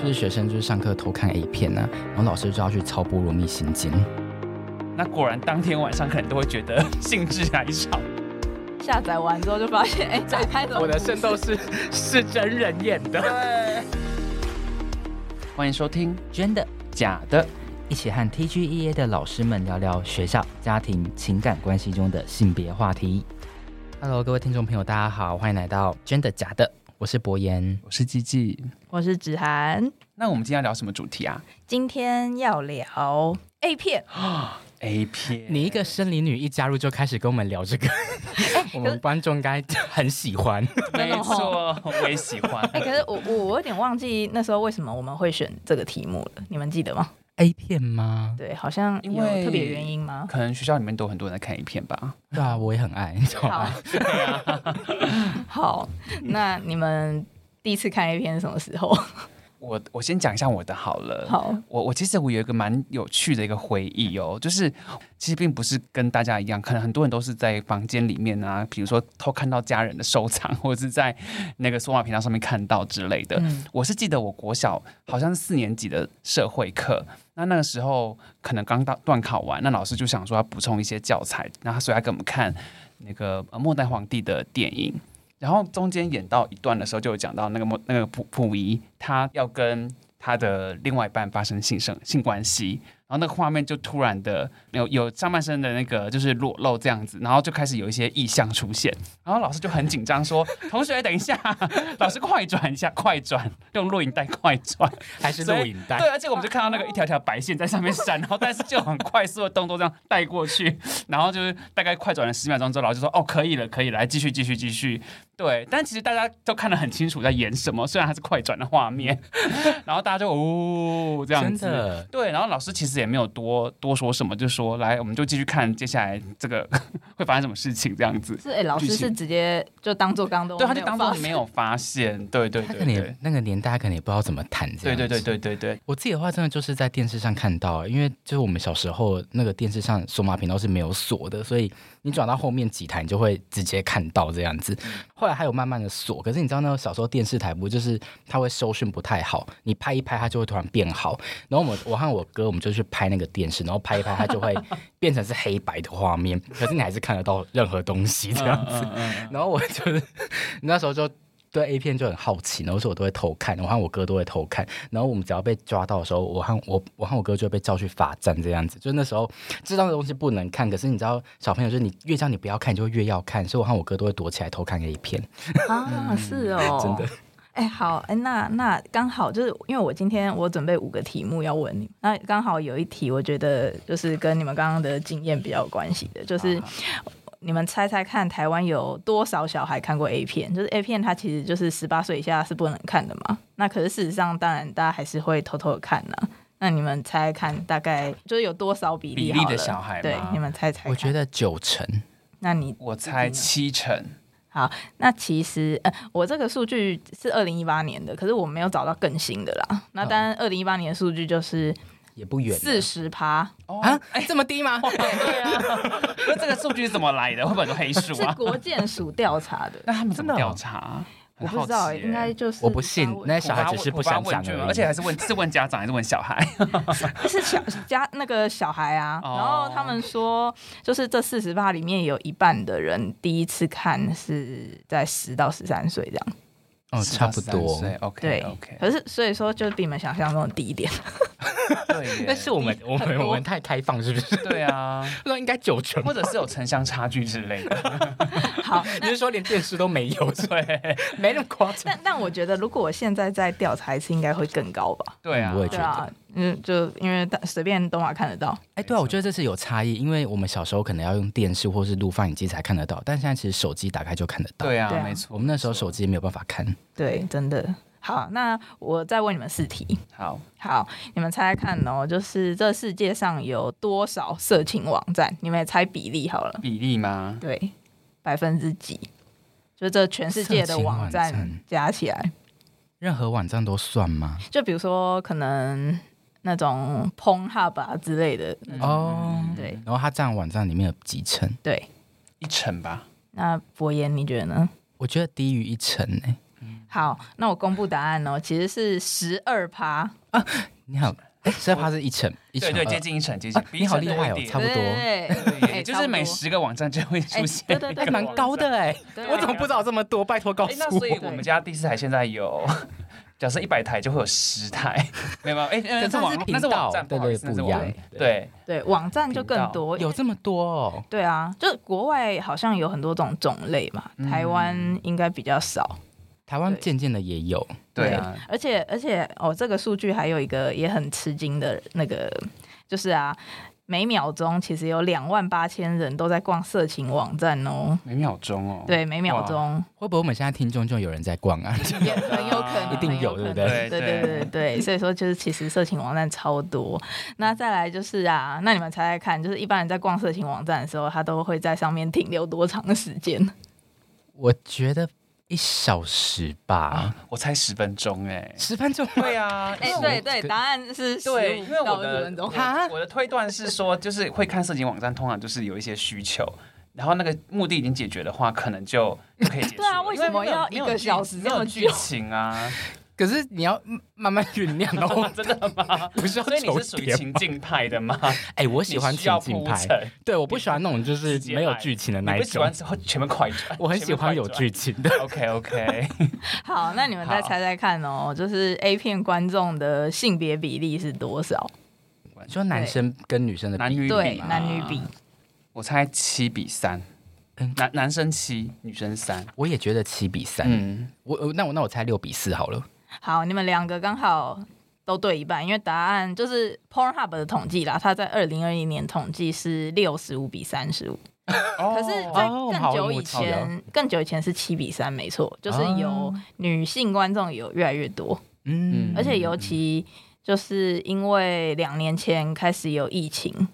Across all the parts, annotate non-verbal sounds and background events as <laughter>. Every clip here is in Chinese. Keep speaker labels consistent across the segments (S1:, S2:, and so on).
S1: 就是学生就是上课偷看 A 片啊，然后老师就要去抄《波罗蜜心经》。
S2: 那果然当天晚上可能都会觉得 <laughs> 兴致来潮。
S3: 下载完之后就发现，哎、打开怎么
S2: <laughs> 我的
S3: 不
S2: 圣斗士是真人演的。欢迎收听
S1: 真的，
S2: 假的，
S1: 一起和 TGEA 的老师们聊聊学校、家庭、情感关系中的性别话题。Hello，各位听众朋友，大家好，欢迎来到真的假的，我是博言。
S2: 我是吉吉。
S3: 我是子涵，
S2: 那我们今天要聊什么主题啊
S3: 今天要聊 A 片，
S2: ？A 片。
S1: 你一个生理女一加入就开始跟我们聊这 <laughs> 个，我们观众应该很喜欢。
S3: 真的
S2: 没
S3: 哦
S2: 错，我也喜 <laughs> 欢。
S3: 哎、可是我我我有点忘记那时候为什么我们会选这个题目了，你们记得吗？
S1: A 片吗？
S3: 对，好像
S2: 因
S3: 有
S2: 为
S3: 特别原因吗？
S2: 可能学校里面都有很多人在看 A 片吧。
S1: 对啊，我也很爱，你知道
S3: 好 <laughs>
S1: 吗？，
S3: 好，那你们第一次看 A 片是什么时候？
S2: 我我先讲一下我的好了。
S3: 好，
S2: 我我其实我有一个蛮有趣的一个回忆哦，就是其实并不是跟大家一样，可能很多人都是在房间里面啊，比如说偷看到家人的收藏， <laughs> 或者是在那个数码频道上面看到之类的。
S3: 嗯，
S2: 我是记得我国小好像是四年级的社会课，那那个时候可能刚到段考完，那老师就想说要补充一些教材，然后所以他给我们看那个呃末代皇帝的电影。然后中间演到一段的时候，就有讲到那个末那个溥溥仪，他要跟他的另外一半发生性生性关系，然后那个画面就突然的有有上半身的那个就是裸露这样子，然后就开始有一些意象出现，然后老师就很紧张说：“同学，等一下， <laughs> 老师快转一下，快转，用录影带快转。”
S1: 还是录影带
S2: 对，？而且我们就看到那个一条条白线在上面闪，然后但是就很快速的动作这样带过去，然后就是大概快转了十秒钟之后，老师就说：“哦，可以了，可以了，来继续，继续，继续。”对，但其实大家都看得很清楚在演什么，虽然它是快转的画面， <laughs> 然后大家就呜、这样
S1: 真
S2: 子。
S1: 的。
S2: 对，然后老师其实也没有多多说什么，就说来，我们就继续看接下来这个 <laughs> 会发生什么事情这样子。
S3: 是哎、老师
S2: 剧情
S3: 是直接就当做刚都
S2: 对，他就当做
S3: 做
S2: 没有发现。对对
S1: 他
S2: 对
S1: 可能也
S2: 对，
S1: 那个年代，他可能也不知道怎么谈这
S2: 对
S1: 样
S2: 对对
S1: 子
S2: 对对对，
S1: 我自己的话，真的就是在电视上看到，啊因为就是我们小时候那个电视上数码频道是没有锁的，所以你转到后面几台，你就会直接看到这样子。
S2: 嗯
S1: 后来还有慢慢的锁，可是你知道那个小时候电视台不就是它会收讯不太好，你拍一拍它就会突然变好。然后我们我和我哥我们就去拍那个电视，然后拍一拍它就
S2: <laughs>
S1: 会变成是黑白的画面，可是你还是看得到任何东西这样子。
S2: 嗯嗯嗯
S1: <laughs> 然后我就是那时候就对 A 片就很好奇，然后所以我都会偷看，我和我哥都会偷看。然后我们只要被抓到的时候，我和我我和我哥就会被叫去罚站这样子。就那时候知道的东西不能看，可是你知道小朋友就是你越叫你不要看，你就会越要看，所以我和我哥都会躲起来偷看 A 片。
S2: 嗯
S3: 啊，是哦，
S1: 真的。
S3: 哎、好，哎、那那刚好就是因为我今天我准备五个题目要问你，那刚好有一题我觉得就是跟你们刚刚的经验比较有关系的，就是
S2: 好
S3: 你们猜猜看，台湾有多少小孩看过 A 片？就是 A 片它其实就是十八岁以下是不能看的嘛，那可是事实上，当然大家还是会偷偷的看呢、那你们猜猜看，大概就是有多少比例
S2: 比例
S3: 好
S2: 的
S3: 了
S2: 小孩
S3: 对
S2: 吗，
S3: 你们猜猜
S1: <laughs>
S3: 看。
S1: 我觉得九成
S3: 那你
S2: 我猜七成。
S3: 好，那其实呃，我这个数据是二零一八年的，可是我没有找到更新的啦。那当然，二零一八年的数据就是
S1: 也不远了，
S3: 四十趴，
S1: 啊，哎，这么低吗？
S3: 对啊，
S2: 那 <laughs> 这个数据是怎么来的？会不会很多黑数
S3: 是
S2: 啊？
S3: 国健署调查的。
S2: 那他们怎
S1: 真
S2: 么
S1: 的哦
S2: 调查？啊
S3: 我
S2: 很
S3: 不
S2: 好奇
S3: 知道欸，
S2: 耶
S3: 应该就是
S1: 我不信，那
S2: 普
S1: 小
S2: 发
S1: 孩只是
S2: 问
S1: 不
S2: 普发
S1: 想
S2: 问
S1: 讲
S2: 卷
S1: 而
S2: 吗
S1: 已。
S2: 而且还是问是问家长还是问小孩？
S3: 是小 <laughs> 家那个小孩啊。
S2: 哦
S3: 然后他们说，就是这四十趴里面有一半的人第一次看是在十到十三岁这样。
S2: <laughs>
S1: 哦，差不多。
S2: OK
S3: 对 <laughs>
S2: OK，
S3: 可是所以说就是比你们想象中的低一点。
S2: 对耶，
S1: 嗯但是我们我
S3: 很
S1: 们
S3: 多
S1: 我们太开放是不是？
S2: 对啊，
S1: <laughs> 那应该九成吧
S2: 或者是有城乡差距之类
S3: <laughs>
S2: 的。
S3: 好，
S1: 你是说连电视都没有？ <laughs> 对，没那么夸张。
S3: 但但我觉得如果我现在再调查一次，应该会更高吧。
S2: 对啊，
S1: 我也觉
S3: 对
S1: 得
S3: 啊，嗯，就因为大随便都马看得到。
S1: 哎，对啊，我觉得这是有差异，因为我们小时候可能要用电视或是录放映机才看得到，但现在其实手机打开就看得到。
S2: 对啊
S3: 对，啊
S2: 没错。
S1: 我们那时候手机没有办法看，
S3: 对，真的。好，那我再问你们四题。
S2: 好，
S3: 好，你们猜猜看哦，就是这世界上有多少色情网站？你们也猜比例好了。
S2: 比例吗？
S3: 对，百分之几？就这全世界的网
S1: 色情网站
S3: 站加起来，
S1: 任何网站都算吗？
S3: 就比如说可能那种 Pornhub 啊之类的，
S1: 哦，
S3: 对
S1: 然后它占网站里面有几成？
S3: 对。
S2: 一成吧。
S3: 那博言你觉得呢？
S1: 我觉得低于一成诶、
S3: 好，那我公布答案哦，其实是十二趴，
S1: 你好，哎，十二趴是一成，一成
S2: 对对，
S1: 二
S2: 接近一成，接近
S1: 啊，
S2: 比
S1: 你
S2: 一
S1: 好
S2: 成
S1: 厉
S2: 多
S1: 害
S2: 一
S1: 哦
S2: 点
S1: 差不多
S3: 对，
S2: <laughs> 对，
S3: 哎
S2: 就
S3: 差不
S2: 是
S3: 多
S2: 每十个网站就会出现
S3: 哎对对对
S1: 哎，
S2: 一个
S1: 蛮
S2: 网站
S1: 高的哎，
S3: 对
S1: 我怎么不知道这么多？拜托告
S2: 啊哎
S1: 诉
S2: 那所以
S1: 我。
S2: 我们家第四台现在有， <laughs> 假设一百台就会有十台， <laughs> 没有没有，哎、那
S1: 可是嗯它是
S2: 网络那
S1: 频
S2: 是
S1: 道
S2: 网站，
S1: 对
S2: 不好意
S1: 对
S2: 思那是
S1: 不一样
S2: 网站对，
S3: 对，网站就更多，
S1: 有这么多哦，
S3: 对啊，就是国外好像有很多种种类嘛，
S2: 嗯
S3: 台湾应该比较少。
S1: 台湾
S3: 对
S1: 渐渐的也有，
S2: 对啊，
S3: 而且而且哦，这个数据还有一个也很吃惊的那个，就是啊，每秒钟其实有两万八千人都在逛色情网站哦。
S2: 每秒钟哦，
S3: 对，每秒钟
S1: 会不会我们现在听众就有人在逛啊？ <laughs>
S3: 也很有可 <laughs> 能，
S1: 一定有
S3: 很可能
S1: 对不
S2: 对
S3: 对
S2: 对
S3: 对对对，所以说就是其实色情网站超多。那再来就是啊，那你们猜猜看，就是一般人在逛色情网站的时候，他都会在上面停留多长的时间？
S1: 我觉得一小时吧，
S2: 啊，我才十分钟哎、
S1: 十分钟。
S2: 对啊，
S3: 哎、
S1: 15
S3: 对
S1: 这
S3: 对，答案是十
S2: 对，
S3: 五
S2: 因为
S3: 到
S2: 我
S3: 二十
S2: 的
S3: 分钟。
S2: 我我的推断是说，就是会看色情网站，通常就是有一些需求，然后那个目的已经解决的话，可能就就可以结束了。 <laughs>
S3: 对啊为什么
S2: 因没有
S3: 要
S2: 没有
S3: 一个
S2: 剧
S3: 小时
S2: 没
S3: 这
S2: 有
S3: 么
S2: 剧
S3: 久
S2: 情啊？
S1: 可是你要嗯慢慢酝酿哦，
S2: <laughs> 真的 <laughs> 吗？
S1: 不是要
S2: 所以你
S1: 求
S2: 是属于
S1: 点
S2: 情
S1: 吧
S2: 境派的吗？
S1: 哎，我 <laughs> 喜欢
S2: 你需
S1: 情
S2: 要
S1: 境
S2: 铺
S1: 派，
S2: 陈
S1: 对，我不喜欢那种就是
S2: 直接
S1: 没有
S2: 来
S1: 剧情的
S2: 你
S1: 那
S2: 不
S1: 一
S2: 喜
S1: 种
S2: 欢，之后前面快
S1: <laughs>
S2: 转，
S1: 我很喜欢有剧情的。
S2: OK OK，
S3: <laughs> 好，那你们再
S2: 好
S3: 猜猜看哦，就是 A 片观众的性别比例是多少？
S1: 你 <laughs> 说男生跟女生的比
S2: 男女
S3: 对，
S2: 嘛
S3: 男女比，
S2: 我猜七比三
S1: 嗯，
S2: 男男生七，女生三。
S1: 我也觉得七比三、
S2: 嗯，
S1: 我我那我那我猜六比四好了。
S3: 好，你们两个刚好都对一半，因为答案就是 Pornhub 的统计啦，它在二零二一年统计是六十五比三十五，
S2: 可
S3: 可是，在
S1: 哦
S3: 更
S1: 好
S3: 久
S1: 我
S3: 以
S1: 记得
S3: 前，更久以前是七比三，没错，就是有
S1: 哦
S3: 女性观众有越来越多，
S1: 嗯
S2: 嗯
S3: 而且尤其就是因为两年前开始有疫情，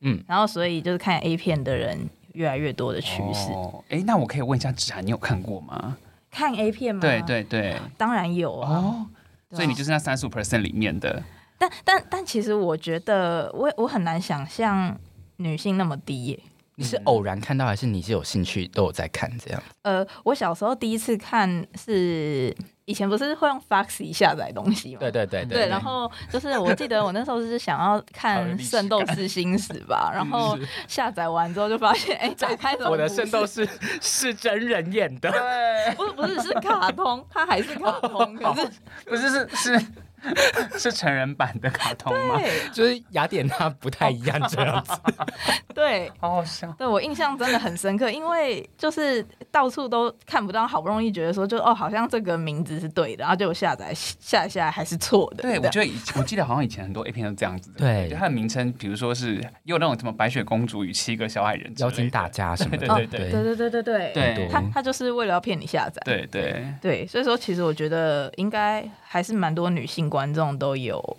S1: 嗯，
S3: 然后所以就是看 A 片的人越来越多的趋势。
S2: 哦，哎，那我可以问一下子涵，你有看过吗？
S3: 看 A 片吗？
S2: 对，对对，
S3: 当然有啊。
S2: 哦，
S3: 对啊
S2: 所以你就是那三十五 percent 里面的，
S3: 但但但其实我觉得我我很难想象女性那么低耶。
S1: 你是偶然看到，还是你是有兴趣都有在看这样？
S3: 呃，我小时候第一次看是以前不是会用 Foxy 下载东西吗？
S1: 对对对
S3: 对，然后就是我记得我那时候是想要
S2: 好有
S3: 看
S2: 历
S3: 《
S2: 史
S3: 圣斗士星矢》
S2: <laughs>
S3: 吧，然后下载完之后就发现，哎、打开怎么
S1: 我的
S3: 不
S1: 圣
S3: 是
S1: 斗士 <laughs> 是真人演的，
S2: 对，
S3: 不是不是是卡通，它还是卡
S2: <laughs>
S3: 通，可是
S2: 不是是是 <laughs> 是成人版的卡通吗？
S3: 对
S1: 就是雅典娜不太一样这样子。
S2: 哦 <laughs>
S3: 对
S2: 好好笑。哦
S3: 对，我印象真的很深刻，因为就是到处都看不到，好不容易觉得说就哦，好像这个名字是对的，然后就下载下下来还是错的。
S2: 对，我
S3: 这样
S2: 觉得以前我记得好像以前很多 A 片都这样子的，
S1: 对
S2: 就它的名称，比如说是也有那种什么白雪公主与七个小矮人之类
S1: 妖
S2: 的，
S1: 精打架什么的，
S2: 对对对
S3: 对对对对对，
S1: 很
S2: 对
S1: 多
S3: 他他就是为了要骗你下载。
S2: 对对，
S3: 对，所以说其实我觉得应该还是蛮多女性观众都有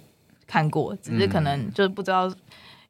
S3: 看过，只是可能就是不知道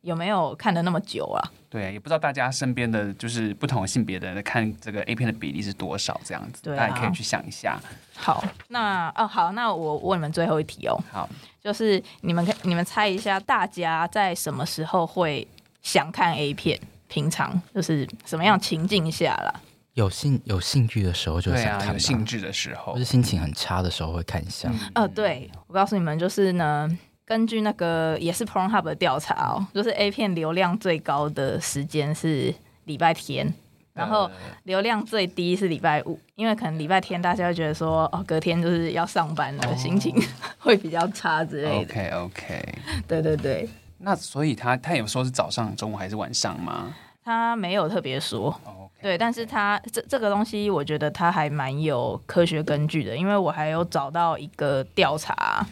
S3: 有没有看的那么久啊。
S2: 对，也不知道大家身边的就是不同性别的人看这个 A 片的比例是多少，这样子，
S3: 对啊
S2: 大家可以去想一下。
S3: 好，那哦好，那我问你们最后一题哦，
S2: 好，
S3: 就是你们可你们猜一下，大家在什么时候会想看 A 片？平常就是什么样情境下啦？
S1: 有兴有兴趣的时候就
S2: 对
S1: 想
S2: 啊，
S1: 看
S2: 有
S1: 吧，
S2: 兴嗯致的时
S1: 或
S2: 候
S1: 是，心情很差的时候会看一下。
S3: 呃，对，我告诉你们，就是呢，根据那个也是 Pornhub 的调查哦，就是 A 片流量最高的时间是礼拜天，然后流量最低是礼拜五，因为可能礼拜天大家会觉得说，哦，隔天就是要上班了，心情 <laughs> 会比较差之类的。
S2: OK OK，
S3: 对对对，
S2: 那所以他他有说是早上、中午还是晚上吗
S3: 他没有特别说。
S1: 哦
S2: ？OK，
S3: 对，但是它这这个东西，我觉得它还蛮有科学根据的，因为我还有找到一个调查，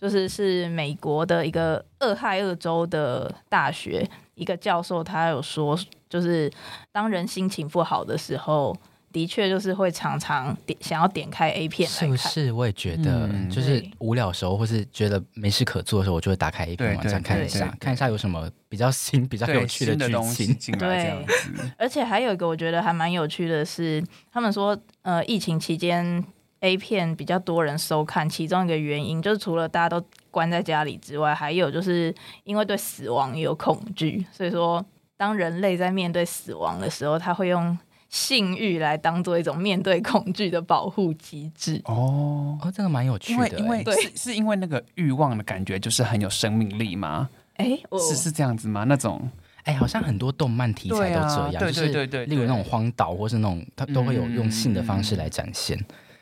S3: 就是是美国的一个俄亥俄州的大学一个教授，他有说，就是当人心情不好的时候，的确就是会常常点想要点开 A 片来
S1: 是
S3: 看。
S1: 不是？我也觉得，
S2: 嗯
S1: 就是
S3: 对
S1: 无聊的时候，或是觉得没事可做的时候，我就会打开一
S2: 对
S1: 篇网站
S2: 对
S1: 看
S3: 对
S1: 一下
S2: 对，
S1: 看一下有什么比较新、比较有
S2: 对
S1: 趣
S2: 新的
S1: 剧
S2: 东西
S1: 情。
S2: 进来这样子，
S3: 而且还有一个我觉得还蛮有趣的是，他们说，呃，疫情期间 A 片比较多人收看，其中一个原因就是除了大家都关在家里之外，还有就是因为对死亡有恐惧，所以说当人类在面对死亡的时候，他会用性欲来当做一种面对恐惧的保护机制。
S2: 哦，
S1: 哦，这个蛮有趣
S2: 因
S1: 的
S2: 为
S1: 欸，
S2: 因为
S3: 对
S2: 是是因为那个欲望的感觉就是很有生命力吗？
S3: 哎、我
S2: 是是这样子吗？那种
S1: 哎、好像很多动漫题材
S2: 对
S1: 都
S2: 啊
S1: 这样，
S2: 对
S1: 就是
S2: 对对对
S1: 例如那种荒岛或是那种，它都会有用性的方式
S2: 嗯
S1: 来展现。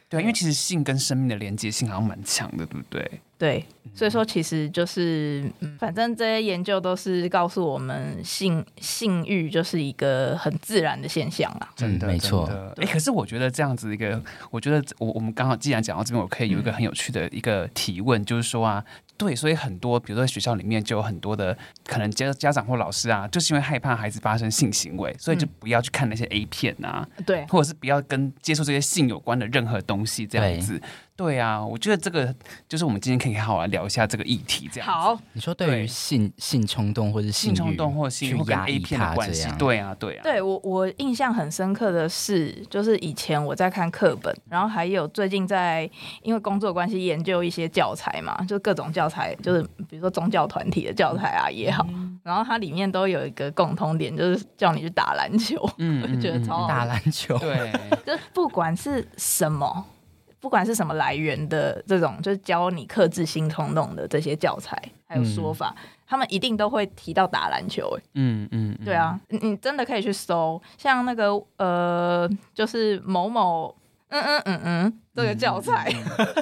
S2: 对，啊
S3: 嗯
S2: 因为其实性跟生命的连接性好像蛮强的，对不对？
S1: 嗯
S3: 对，所以说其实就是，嗯、反正这些研究都是告诉我们性性欲就是一个很自然的现象啦。
S2: 真的，
S1: 嗯没错
S2: 真的。
S3: 啊
S2: 哎、可是我觉得这样子一个，我觉得我我们刚好既然讲到这边，我可以有一个
S3: 嗯
S2: 很有趣的一个提问，就是说啊，对，所以很多比如说在学校里面就有很多的可能家家长或老师啊，就是因为害怕孩子发生性行为，所以就
S3: 嗯
S2: 不要去看那些 A 片啊，
S3: 对，
S2: 或者是不要跟接触这些性有关的任何东西这样子。对啊，我觉得这个就是我们今天可以好好来聊一下这个议题，这样子
S3: 好，
S1: 你说对于
S2: 对
S1: 性性冲动或是性
S2: 性冲
S1: 欲
S2: 动或性
S1: 去
S2: 或跟
S1: 压
S2: A
S1: 抑
S2: 片的
S1: 它
S2: 关
S1: 这
S2: 系
S1: 样，，
S2: 对啊，对啊，
S3: 对我我印象很深刻的是，就是以前我在看课本，然后还有最近在因为工作关系研究一些教材嘛，就各种教材，就是比如说宗教团体的教材啊也好，
S2: 嗯
S3: 然后它里面都有一个共通点，就是叫你去打篮球，
S2: 嗯
S3: 我就觉得超好
S1: 打篮球，
S2: 对。嗯
S3: 就是不管是什么，不管是什么来源的这种，就是教你克制性冲动的这些教材还有说法，他们一定都会提到打篮球、欸。
S2: 嗯嗯，嗯
S3: 对，啊，你你真的可以去搜，像那个呃，就是某某嗯嗯嗯嗯这个教材，
S1: <laughs>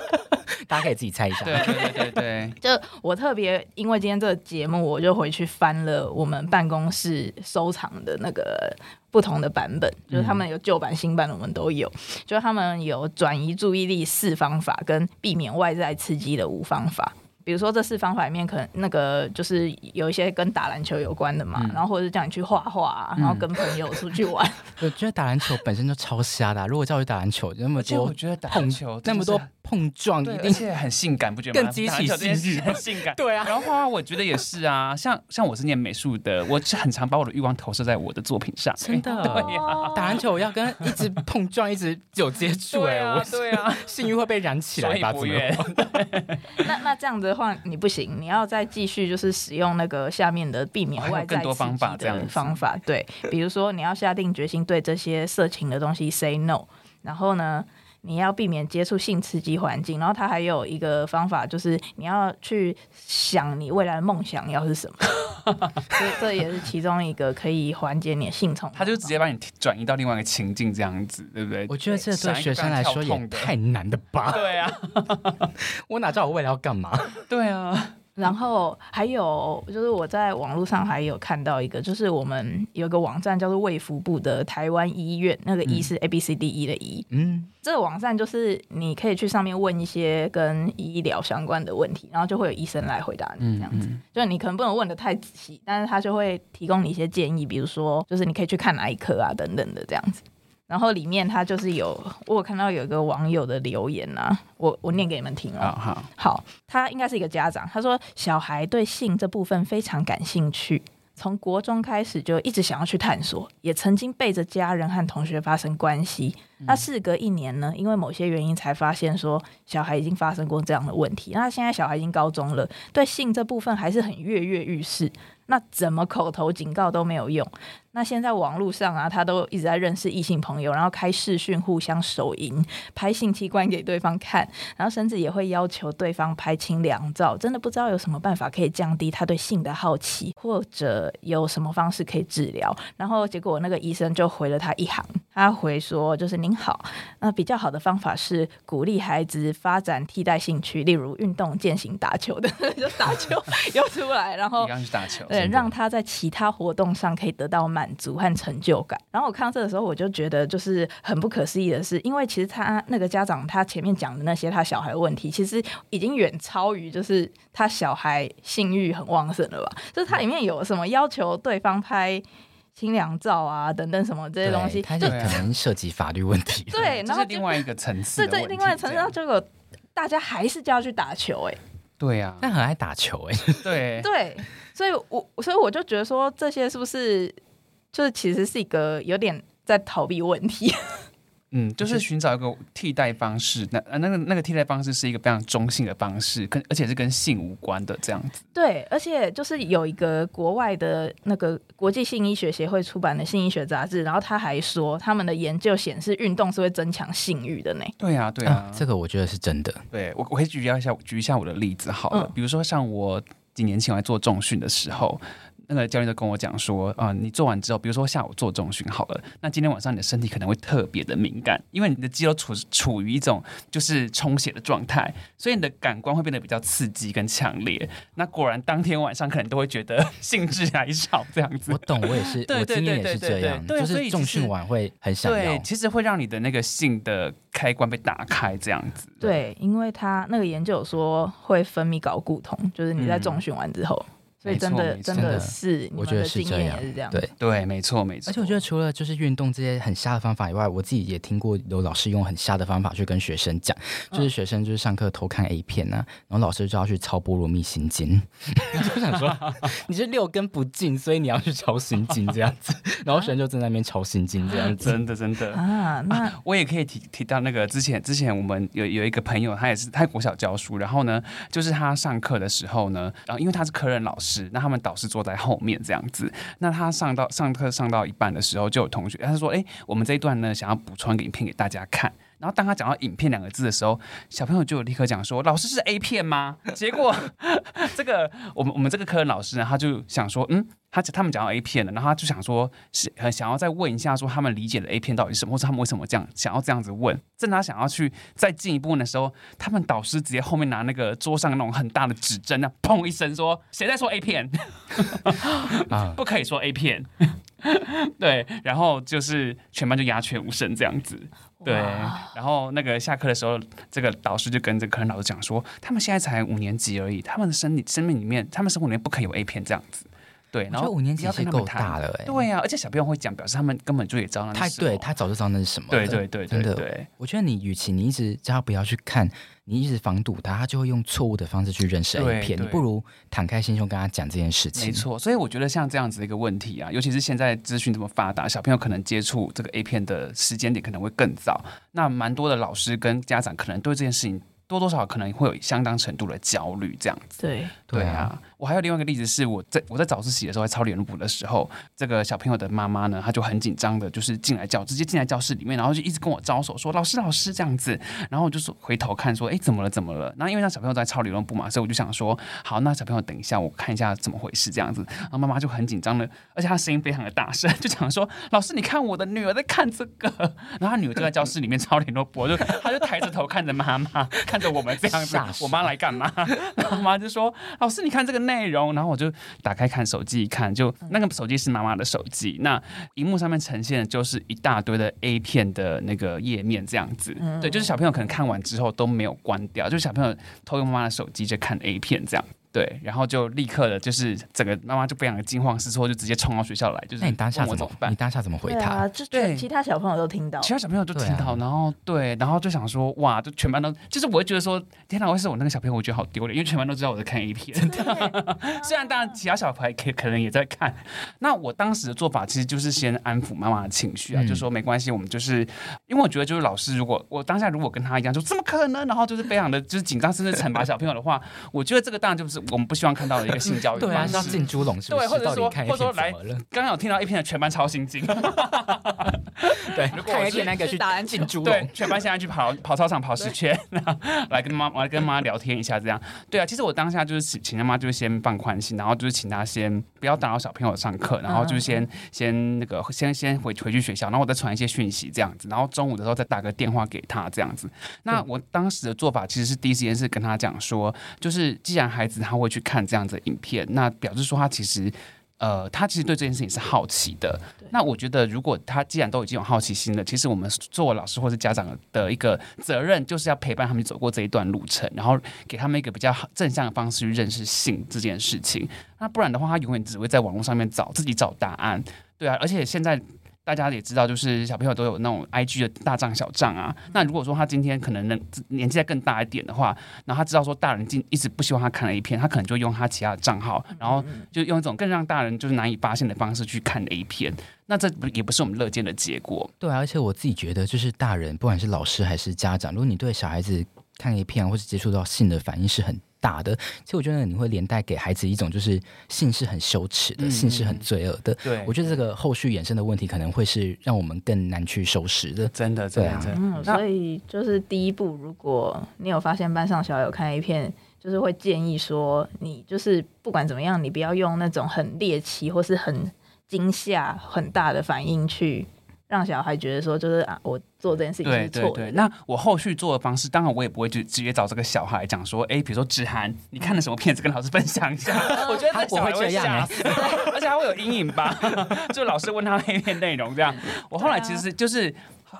S1: 大家可以自己猜一下。
S2: 对对对对对，
S3: <laughs> 就我特别因为今天这个节目，我就回去翻了我们办公室收藏的那个不同的版本，就是他们有旧版、新版的，我们都有。就是他们有转移注意力四方法跟避免外在刺激的五方法。比如说这四方法里面，可能那个就是有一些跟打篮球有关的嘛，然后或者是叫你去画画、啊，然后跟朋友出去玩，
S1: <laughs> 我觉得打篮球本身就超瞎的啊、如果叫我去打篮球，那么
S2: 而且我
S1: 多
S2: 觉得打篮
S1: 碰
S2: 球
S1: 那么多碰撞，
S2: 对，
S1: 一
S2: 而
S1: 定
S2: 且很性感，不觉得吗？
S1: 更激起
S2: 打篮球这件
S1: 性欲
S2: 事很性感。
S1: 对啊
S2: 然后画画，我觉得也是啊。像像我是念美术的，我是很常把我的欲望投射在我的作品上。
S1: 真的
S2: <laughs> 对呀，
S1: <laughs>
S3: 哦
S1: 打篮球要跟一直碰撞，一直有接触、
S2: <laughs> 对
S1: 哎、
S2: 啊
S1: 我
S2: 对啊，
S1: 性欲会被燃起
S2: 所
S1: 来
S2: 以
S1: 吧？
S2: 不
S1: 怎么
S2: 远。
S3: 那那这样子的话，你不行，你要再继续就是使用那个下面的避免
S2: 哦还有
S3: 外在
S2: 更多
S3: 刺激
S2: 方法这样
S3: 的
S2: 子
S3: 方法，对，比如说你要下定决心对这些色情的东西 say no，然后呢，你要避免接触性刺激环境，然后它还有一个方法就是你要去想你未来的梦想要是
S2: <laughs>
S3: 什么，这这也是其中一个可以缓解你的性冲动的方法。
S2: 他就直接把你转移到另外一个情境，这样子，对不对？
S1: 我觉得这
S2: 想
S1: 对
S2: 一
S1: 学
S2: 个
S1: 生来说
S2: 非常跳
S1: 也
S2: 痛的
S1: 太难了 <laughs> 吧？
S2: 对啊， <laughs>
S1: 我哪知道我未来要干嘛？
S2: 对啊，
S3: 然后还有就是我在网络上还有看到一个，就是我们有个网站叫做卫福部的台湾医院，那个医是 A B C D E 的医、
S1: 嗯，
S3: 这个网站就是你可以去上面问一些跟医疗相关的问题，然后就会有医生来回答
S1: 嗯
S2: 嗯
S3: 你这样子。就是你可能不能问的太仔细，但是他就会提供你一些建议，比如说就是你可以去看哪一科啊等等的这样子。然后里面他就是有我有看到有一个网友的留言啊，我我念给你们听啊、
S2: 好好，
S3: 好，他应该是一个家长。他说，小孩对性这部分非常感兴趣，从国中开始就一直想要去探索，也曾经背着家人和同学发生关系。那事隔一年呢，因为某些原因才发现说，小孩已经发生过这样的问题。那现在小孩已经高中了，对性这部分还是很跃跃欲试。那怎么口头警告都没有用？那现在网络上啊，他都一直在认识异性朋友，然后开视讯互相手淫，拍性器官给对方看，然后甚至也会要求对方拍清凉照，真的不知道有什么办法可以降低他对性的好奇，或者有什么方式可以治疗。然后结果那个医生就回了他一行，他回说就是您好，那比较好的方法是鼓励孩子发展替代兴趣，例如运动、健行、打球的， <laughs> 就打球又出来，然后
S2: 你刚去打球，
S3: 对，
S2: 真的
S3: 让他在其他活动上可以得到满足和成就感。然后我看到这的时候，我就觉得就是很不可思议的是，因为其实他那个家长他前面讲的那些他小孩的问题，其实已经远超于就是他小孩性欲很旺盛了吧？就是它里面有什么要求对方拍清凉照啊等等什么这些东西，
S1: 对它就
S2: 对
S1: 可
S2: 啊
S1: 能涉及法律问题。
S3: 对，
S2: 这
S3: 然后
S2: 是
S3: 就
S2: 另外一个层次
S3: 对
S2: 的问题，
S3: 对，另外层
S2: 这
S3: 次，然后
S2: 样
S3: 结果大家还是叫他去打球、哎。
S2: 对
S3: <laughs>
S2: 啊，
S1: 但很爱打球哎、
S2: 对，
S3: 对，所以我所以我就觉得说，这些是不是就是其实是一个有点在逃避问题？ <laughs>
S2: 嗯，就是寻找一个替代方式。那呃那个那个替代方式是一个非常中性的方式，跟而且是跟性无关的这样子。
S3: 对，而且就是有一个国外的那个国际性医学协会出版的性医学杂志，然后他还说他们的研究显示运动是会增强性欲的呢。
S2: 对啊，对啊，
S1: <laughs> 这个我觉得是真的。
S2: 对我我可以举一下举一下我的例子好了，
S3: 嗯
S2: 比如说像我几年前我在做重训的时候。那个教练就跟我讲说，啊、你做完之后，比如说下午做重训好了，那今天晚上你的身体可能会特别的敏感，因为你的肌肉处处于一种就是充血的状态，所以你的感官会变得比较刺激跟强烈。那果然当天晚上可能都会觉得 <laughs> 兴致来潮这样子
S1: 我。懂，我也是，
S2: <laughs> 对
S1: 我
S2: 对
S1: 今年
S2: 对
S1: 也是
S2: 对
S1: 这
S2: 对
S1: 样，
S2: 对
S1: 就
S2: 所
S1: 是
S2: 以
S1: 重
S2: 其
S1: 训
S2: 实
S1: 完会很想
S2: 对
S1: 要，。
S2: 其实会让你的那个性的开关被打开这样子。
S3: 对，因为他那个研究有说会分泌睾固酮，就是你在重训完之后，所以真的
S2: 没错
S3: 真
S2: 没错
S3: 的是你
S1: 我
S3: 们
S1: 觉得
S3: 的
S1: 是
S3: 经
S1: 这
S3: 验
S1: 样
S3: 也是这样。
S1: 对，
S2: 对，没错没错。
S1: 而且我觉得，除了就是运动这些很瞎的方法以外，我自己也听过有老师用很瞎的方法去跟学生讲，就是学生就是上课偷看 A 片啊，然后老师就要去抄《波罗蜜心经》， <laughs> 就想说 <laughs> 你是六根不净，所以你要去抄心经这样子，然后学生就在那边抄心经这样子。
S2: 真的真的。
S3: 啊，那
S2: 我也可以提提到那个之前之前我们有有一个朋友，他也是他国小教书，然后呢，就是他上课的时候呢，然后因为他是科任老师，那他们导师坐在后面这样子，那他上到上课上到一半的时候，就有同学他说，哎、我们这一段呢想要补充一个影片给大家看。然后当他讲到“影片”两个字的时候，小朋友就立刻讲说：“老师是 A 片吗？”结果这个我们我们这个科任老师呢，他就想说：“嗯，他他们讲到 A 片了，然后他就想说是很想要再问一下，说他们理解的 A 片到底是什么，或者他们为什么这样想要这样子问。正当他想要去再进一步问的时候，他们导师直接后面拿那个桌上那种很大的指针，那啊砰一声说：“谁在说 A 片？
S1: 啊
S2: 不可以说 A 片。”对，然后就是全班就鸦雀无声这样子。对，
S3: 哇
S2: 然后那个下课的时候，这个导师就跟这个科任老师讲说，他们现在才五年级而已，他们的生理生命里面，他们生活里面不可以有 A 片这样子。对，
S1: 我
S2: 然
S1: 觉
S2: 后
S1: 得五年
S2: 不
S1: 级
S2: 要
S1: 是
S2: 跟他们
S1: 够
S2: 谈
S1: 大了哎、
S2: 对啊呀、而且小朋友会讲，表示他们根本就也知道那
S1: 他
S2: 是什么哦
S1: 对他早就知道那是什么了。
S2: 对对对
S1: 真的
S2: 对对对
S1: 我觉得你与其你一直叫他不要去看，你一直防堵他，他就会用错误的方式去认识 A
S2: 对
S1: 片。你
S2: 对
S1: 不如敞开心胸跟他讲这件事情。
S2: 没，错。所以我觉得像这样子的一个问题啊，尤其是现在资讯这么发达，小朋友可能接触这个 A 片的时间点可能会更早。那蛮多的老师跟家长可能对这件事情多多少少可能会有相当程度的焦虑，这样子。
S3: 对，
S1: 对
S2: 对
S1: 啊，
S2: 啊，我还有另外一个例子是，我在我在早自习的时候，在抄联络簿的时候，这个小朋友的妈妈呢，她就很紧张的，就是进来教，直接进来教室里面，然后就一直跟我招手说“老师，老师”这样子，然后我就说回头看说，哎，怎么了，怎么了？那因为让小朋友在抄联络簿嘛，所以我就想说，好，那小朋友等一下，我看一下怎么回事这样子。然后妈妈就很紧张的，而且她声音非常的大声， <laughs> 就讲说：“老师，你看我的女儿在看这个。”然后她女儿就在教室里面抄联络簿，就她就抬着头看着妈妈，看着我们这样子
S1: 吓。死
S2: 我妈来干嘛？ <laughs> 然后我妈就说：“老师，你看这个内容。”然后我就打开看手机一看，就那个手机是妈妈的手机，那荧幕上面呈现的就是一大堆的 A 片的那个页面这样子。
S1: 嗯
S2: 对，就是小朋友可能看完之后都没有关掉，就是小朋友偷用妈妈的手机在看 A 片这样。对，然后就立刻的，就是整个妈妈就非常的惊慌失措，就直接冲到学校来，就是
S1: 那哎你当下
S2: 问嗯我
S1: 怎
S2: 怎
S1: 么
S2: 么？办
S1: 你？当下怎么回
S3: 对啊，
S1: 他？
S3: 就
S2: 对
S3: 其他小朋友都听到了，
S2: 其他小朋友就听
S1: 对
S2: 到，
S1: 啊
S2: 然后对，然后就想说哇，就全班都，就是我会觉得说，天哪，我是我那个小朋友，我觉得好丢脸，因为全班都知道我在看 A 片。
S3: 对 <laughs> 啊
S2: 虽然当然其他小朋友可可能也在看，那我当时的做法其实就是先安抚妈妈的情绪啊，
S1: 嗯
S2: 就说没关系，我们就是因为我觉得就是老师如果我当下如果跟他一样，就怎么可能，然后就是非常的就是紧张，甚至惩罚小朋友的话，我觉得这个当然就是我们不希望看到的一个性教育
S1: 对啊，
S2: 方
S1: 是要
S2: 式。
S1: 进猪笼是不是？
S2: 对或者
S1: 到底
S2: 说
S1: 看 A
S2: 或者
S1: 片
S2: 说
S1: 怎么了？
S2: 刚刚有听到 A 片的全班超心惊，
S1: <laughs> 对，
S2: 如果
S1: 看
S2: 我
S1: A 片那个去
S3: 是打篮球
S1: 进猪
S2: 对
S1: 笼，，
S2: 全班现在去跑跑操场跑十圈，来跟妈来跟妈聊天一下，这样对啊。其实我当下就是请请他妈就是先放宽心，然后就是请他先不要打扰小朋友上课，然后就是先先那个先先回回去学校，然后我再传一些讯息这样子，然后中午的时候再打个电话给他这样子。那我当时的做法其实是第一时间是跟他讲说，就是既然孩子他会去看这样子的影片，那表示说他其实。呃，他其实对这件事情是好奇的。那我觉得，如果他既然都已经有好奇心了，其实我们作为老师或是家长的一个责任，就是要陪伴他们走过这一段路程，然后给他们一个比较好正向的方式去认识性这件事情。那不然的话，他永远只会在网络上面找自己找答案。对啊，而且现在大家也知道，就是小朋友都有那种 IG 的大账小账啊。那如果说他今天可能能年纪再更大一点的话，然后他知道说大人进一直不希望他看 A 片，他可能就用他其他的账号，然后就用一种更让大人就是难以发现的方式去看 A 片。那这不也不是我们乐见的结果。
S1: 对啊，而且我自己觉得，就是大人，不管是老师还是家长，如果你对小孩子看 A 片啊，或是接触到性的反应是很大的，其实我觉得你会连带给孩子一种就是性是很羞耻的，
S2: 嗯
S1: 性是很罪恶的。
S2: 对
S1: 我觉得这个后续衍生的问题，可能会是让我们更难去收拾的。
S2: 真的真
S1: 对
S2: 的
S1: 啊
S2: 真的。
S3: 嗯，
S2: 那
S3: 所以就是第一步，如果你有发现班上小友看 A 片，就是会建议说，你就是不管怎么样，你不要用那种很猎奇或是很惊吓、很大的反应去让小孩觉得说，就是啊，我做这件事情
S2: 对
S3: 是
S2: 对
S3: 错的
S2: 对，。那我后续做的方式，当然我也不会去直接找这个小孩讲说，哎，比如说芷涵，你看了什么片子，跟老师分享一下。
S3: <laughs>
S2: 哦我觉得这小孩会吓死，而且他会有阴影 <laughs> 吧？就老师问他那片内容这样。我后来其
S3: 啊
S2: 实就是。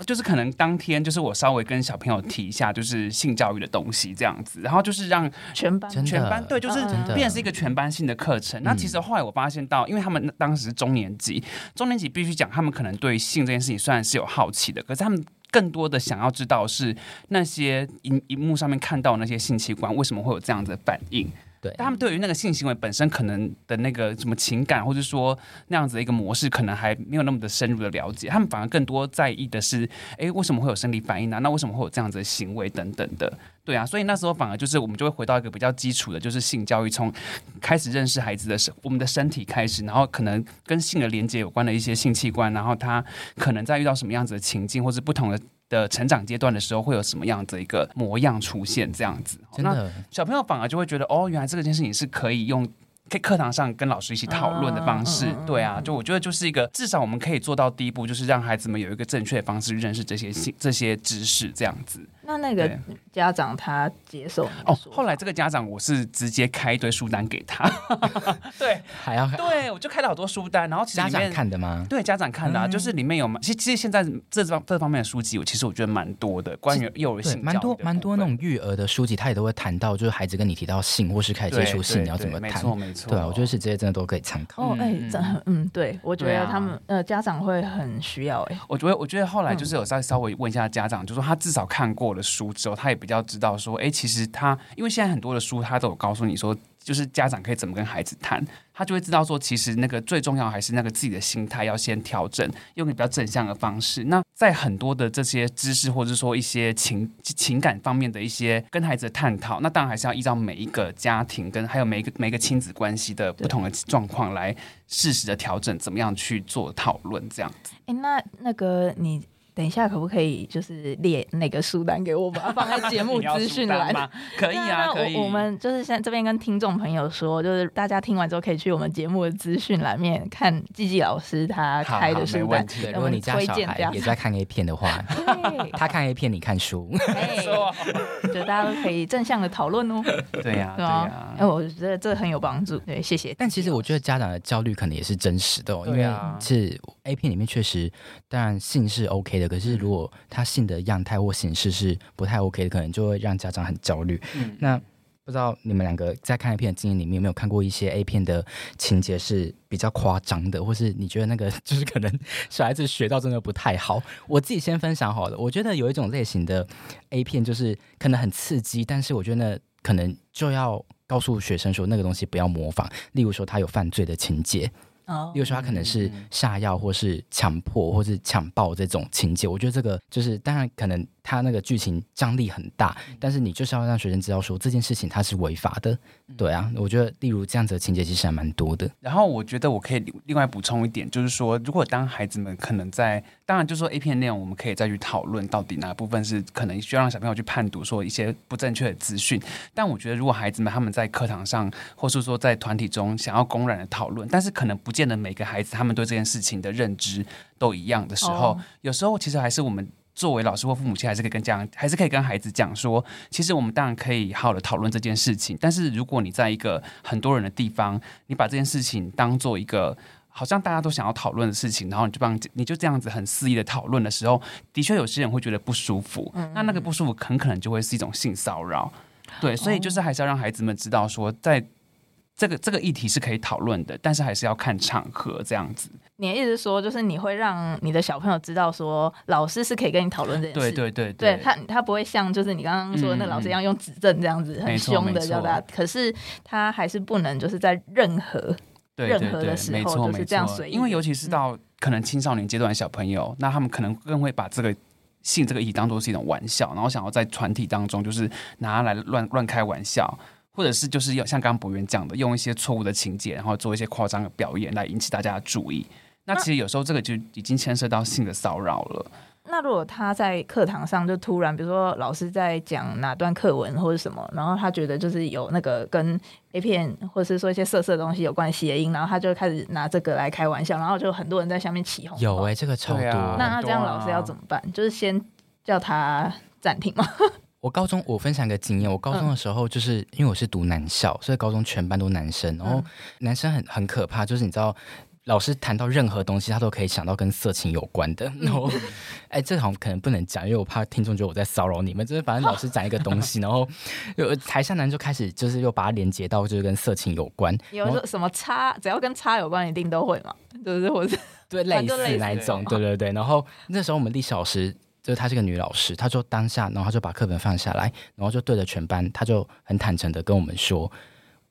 S2: 就是可能当天，就是我稍微跟小朋友提一下，就是性教育的东西这样子，然后就是让
S3: 全班
S1: 真的
S2: 全班对，就是
S3: 嗯
S1: 嗯
S2: 变成是一个全班性的课程。那其实后来我发现到，因为他们当时是中年级，中年级必须讲，他们可能对性这件事情虽然是有好奇的，可是他们。更多的想要知道是那些荧荧幕上面看到的那些性器官为什么会有这样子的反应？
S1: 对
S2: 但他们对于那个性行为本身可能的那个什么情感，或者说那样子的一个模式，可能还没有那么的深入的了解。他们反而更多在意的是，诶，为什么会有生理反应啊呢、那为什么会有这样子的行为等等的？对啊，所以那时候反而就是我们就会回到一个比较基础的，就是性教育，从开始认识孩子的身我们的身体开始，然后可能跟性的连接有关的一些性器官，然后他可能在遇到什么样子的情境，或是不同的的成长阶段的时候，会有什么样子的一个模样出现，这样子。
S1: 真
S2: 那
S1: 的，
S2: 小朋友反而就会觉得，哦，原来这个件事情是可以用。在课堂上跟老师一起讨论的方式，
S3: 嗯嗯嗯嗯
S2: 对啊，就我觉得就是一个，至少我们可以做到第一步，就是让孩子们有一个正确的方式认识这些信这些知识，这样子。
S3: 那那个
S2: 对
S3: 家长他接受你的
S2: 哦
S3: 说，法
S2: 后来这个家长我是直接开一堆书单给
S3: <laughs>
S2: 他，对
S1: 还要
S2: 对，我就开了好多书单，然后其实
S1: 家
S2: 里
S1: 长
S2: 面
S1: 看的吗？
S2: 对家长看的、啊，
S3: 嗯
S2: 就是里面有蛮，其实其实现在这方这方面的书籍，我其实我觉得蛮多的，关于幼儿
S1: 对，
S2: 性
S1: 蛮多
S2: 教育的
S1: 蛮多
S2: 部
S1: 那
S2: 分
S1: 种育儿的书籍，他也都会谈到，就是孩子跟你提到性，或是开始接
S2: 对
S1: 触性，
S2: 对
S1: 你要怎
S2: 对
S1: 么
S2: 没
S1: 谈？
S2: 错没错，
S1: 对啊，我觉得是这些真的都可以参考。
S3: 哦，
S2: 嗯
S3: 哎、
S2: 嗯
S3: 这很嗯，对，我觉
S2: 对
S3: 得
S2: 啊
S3: 他们、呃家长会很需要哎、
S2: 我觉得，我觉得后来就是有再稍微问一下家长，就说他至少看过了书之后，他也比较知道说，哎，其实他因为现在很多的书，他都有告诉你说，就是家长可以怎么跟孩子谈，他就会知道说，其实那个最重要还是那个自己的心态要先调整，用比较正向的方式。那在很多的这些知识或者说一些情情感方面的一些跟孩子的探讨，那当然还是要依照每一个家庭跟还有每一个每一个亲子关系的不同的状况来适时的调整，怎么样去做讨论这样。
S3: 哎、那那个你等一下可不可以就是列那个书单给我吧，把它放在节目
S2: <laughs> 你要
S3: 资讯
S2: 出单
S3: 栏？
S2: 吗？可以
S3: 对
S2: 啊，
S3: 那
S2: 可以。
S3: 我
S2: <laughs>
S3: 我们就是现在这边跟听众朋友说，就是大家听完之后可以去我们节目的资讯栏面看季季老师他
S2: <laughs> 好好
S3: 开的
S2: 没
S3: 书
S2: 问
S3: 单。
S2: 题
S1: 对，
S3: 我
S1: 如果
S3: 们
S1: 你家
S3: 推
S1: 小
S3: 荐
S1: 孩
S3: 家
S1: 也
S3: 长
S1: 在看 A 片的
S3: <laughs>
S1: 话，
S2: <laughs>
S1: 他看 A 片，你看书。 <laughs>
S3: 对，
S2: 说，
S3: 哎就大家都可以正向的讨论哦，
S2: 对呀，
S3: <laughs> 对
S2: 对
S3: 啊
S2: 呀，
S3: 哎，。我觉得这很有帮助，对，谢谢。
S1: 但其实我觉得家长的焦虑可能也是真实的、哦，因
S2: 对
S1: 为
S2: 啊
S1: 是 A 片里面确实，当然性是 OK 的，可
S2: 嗯
S1: 是如果他性的样态或形式是不太 OK 的，可能就会让家长很焦虑。
S2: 嗯
S1: 那不知道你们两个在看 A 片的经验里面有没有看过一些 A 片的情节是比较夸张的，或是你觉得那个 <laughs> 就是可能小孩子学到真的不太好？我自己先分享好了，我觉得有一种类型的 A 片就是可能很刺激，但是我觉得那可能就要告诉学生说那个东西不要模仿，例如说他有犯罪的情节，
S3: 哦
S1: 例如说他可能是
S2: 嗯
S1: 下药或是强迫或是强暴这种情节，我觉得这个就是当然可能他那个剧情张力很大，
S2: 嗯
S1: 但是你就是要让学生知道说这件事情它是违法的，
S2: 嗯
S1: 对啊，我觉得例如这样子的情节其实还蛮多的，
S2: 然后我觉得我可以另外补充一点，就是说，如果当孩子们可能在，当然就是说 A 片内容，我们可以再去讨论到底哪部分是可能需要让小朋友去判读说一些不正确的资讯。但我觉得，如果孩子们他们在课堂上，或是说在团体中想要公然的讨论，但是可能不见得每个孩子他们对这件事情的认知都一样的时候，
S3: 哦
S2: 有时候其实还是我们。作为老师或父母亲，还是可以跟家长，还是可以跟孩子讲说，其实我们当然可以好好的讨论这件事情。但是如果你在一个很多人的地方，你把这件事情当做一个好像大家都想要讨论的事情，然后你就帮你就这样子很肆意的讨论的时候，的确有些人会觉得不舒服。那那个不舒服很可能就会是一种性骚扰。对，所以就是还是要让孩子们知道说，在这个这个议题是可以讨论的，但是还是要看场合这样子。
S3: 你的意思是说，就是你会让你的小朋友知道说，老师是可以跟你讨论这件
S2: 对
S3: 事。
S2: 对对
S3: 对他，他不会像就是你刚刚说的那个老师一样用指正这样子、
S2: 没
S3: 很
S2: 错
S3: 凶
S2: 没
S3: 的
S2: 错
S3: 叫大家，可是他还是不能就是在任何
S2: 对
S3: 任
S2: 对
S3: 何的
S2: 对
S3: 时
S2: 没
S3: 候
S2: 错
S3: 就
S2: 没
S3: 是这样
S2: 错
S3: 随意嗯
S2: 因为
S3: 的
S2: 尤其是到可能青少年阶段的小朋友，那他们可能更会把这个性这个议题当做是一种玩笑，然后想要在团体当中就是拿来乱乱开玩笑。或者是就是要像刚刚博源讲的，用一些错误的情节，然后做一些夸张的表演来引起大家的注意。那其实有时候这个就已经牵涉到性的骚扰了。
S3: 那如果他在课堂上就突然，比如说老师在讲哪段课文或者什么，然后他觉得就是有那个跟 A 片或者是说一些色色的东西有关的谐音，然后他就开始拿这个来开玩笑，然后就很多人在下面起哄。
S1: 有哎、这个超
S2: 对
S1: 多。
S2: 啊
S3: 那他这样
S2: 很多啊
S3: 老师要怎么办？就是先叫他暂停吗？
S1: 我高中我分享一个经验，我高中的时候就是、因为我是读男校，所以高中全班都男生，然后
S3: 嗯
S1: 男生很很可怕，就是你知道。老师谈到任何东西，他都可以想到跟色情有关的。 <laughs> 然后，哎、这好像可能不能讲，因为我怕听众觉得我在骚扰你们。就是反正老师讲一个东西，然后有台下男就开始就是又把它连接到就是跟色情有关，
S3: 有说什么叉，只要跟叉有关，一定都会嘛，就是或者
S1: 对，
S3: 反
S1: 类
S3: 正
S1: 似
S3: 类
S1: 那一
S2: 似
S1: 种，对对对。然后那时候我们历史老师，就是她是个女老师，她就当下，然后她就把课本放下来，然后就对着全班，她就很坦诚的跟我们说：“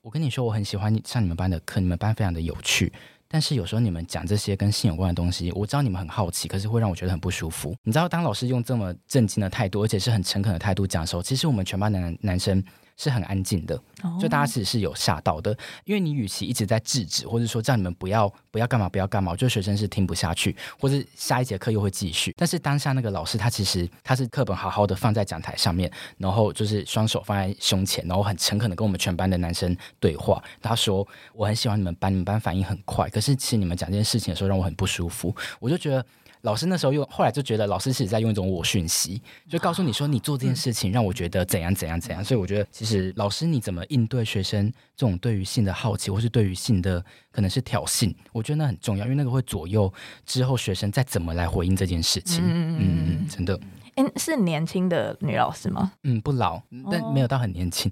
S1: 我跟你说，我很喜欢你上你们班的课，你们班非常的有趣。”但是有时候你们讲这些跟性有关的东西，我知道你们很好奇，可是会让我觉得很不舒服。你知道，当老师用这么震惊的态度，而且是很诚恳的态度讲的时候，其实我们全班的男男生是很安静的，
S3: 哦
S2: 哦
S3: <laughs>
S1: 就大家其实是有吓到的，因为你与其一直在制止，或者说叫你们不要不要干嘛不要干嘛，我觉得学生是听不下去，或者下一节课又会继续。但是当下那个老师他其实他是课本好好的放在讲台上面，然后就是双手放在胸前，然后很诚恳的跟我们全班的男生对话。他说：“我很喜欢你们班，你们班反应很快，可是其实你们讲这件事情的时候让我很不舒服。”我就觉得。老师那时候用，后来就觉得老师其实在用一种我讯息，就告诉你说你做
S3: 嗯
S1: 这件事情让我觉得怎样怎样怎样，所以我觉得其实老师你怎么应对学生这种对于性的好奇，或是对于性的可能是挑衅，我觉得那很重要，因为那个会左右之后学生再怎么来回应这件事情。
S3: 嗯嗯嗯嗯
S1: 嗯，真的，
S3: 哎、是年轻的女老师吗？
S1: 嗯，不老，但没有到很年轻，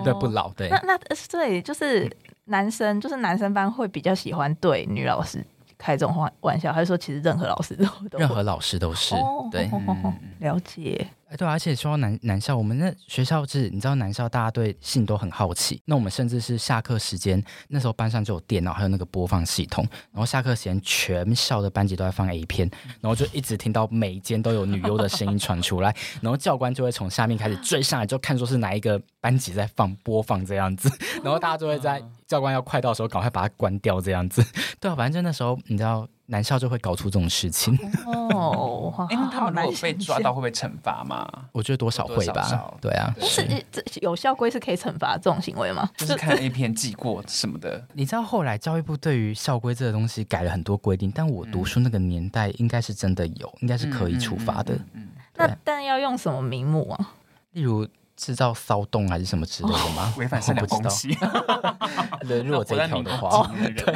S1: <laughs> 对，不老，对
S3: 哦那。那对，就是男生，就是男生班会比较喜欢对女老师开这种玩玩笑，还是说其实任何老师都都会
S1: 任何老师都是、
S3: 哦
S1: 对，
S3: 哦哦哦了解。
S1: 哎，对啊、而且说到男男校，我们那学校是，你知道男校大家对性都很好奇。那我们甚至是下课时间，那时候班上就有电脑，还有那个播放系统。然后下课时间，全校的班级都在放 A 片，然后就一直听到每间都有女优的声音传出来，然后教官就会从下面开始追上来，就看说是哪一个班级在放播放这样子。
S2: 哦
S1: 然后大家就会在教官要快到的时候，赶快把它关掉这样子。对啊，反正就那时候你知道，男校就会搞出这种事情，
S3: 哦，好
S2: 哎、那他
S3: 好
S2: 们如
S3: 难
S2: 果被
S3: 想
S2: 抓
S3: 象
S2: 到，会不会惩罚嘛？
S1: 我觉得多少
S2: 多
S1: 会
S2: 少
S1: 吧。
S2: 少
S1: 对啊，
S3: 但是这这有校规是可以惩罚这种行为吗？
S2: 就是看 A 片记过什么的，
S1: 你知道后来教育部对于校规这个东西改了很多规定，但我读书那个年代应该是真的有，应该是可以处罚的，
S2: 嗯嗯嗯嗯
S3: 那
S1: 对
S3: 但要用什么名目啊？
S1: 例如制造骚动啊还是什么之类的吗？
S2: 违反善良
S1: 我不知
S2: 风
S1: 道。
S2: 气，
S1: 啊对，如果这一条的 <laughs> 话，
S2: 哦对，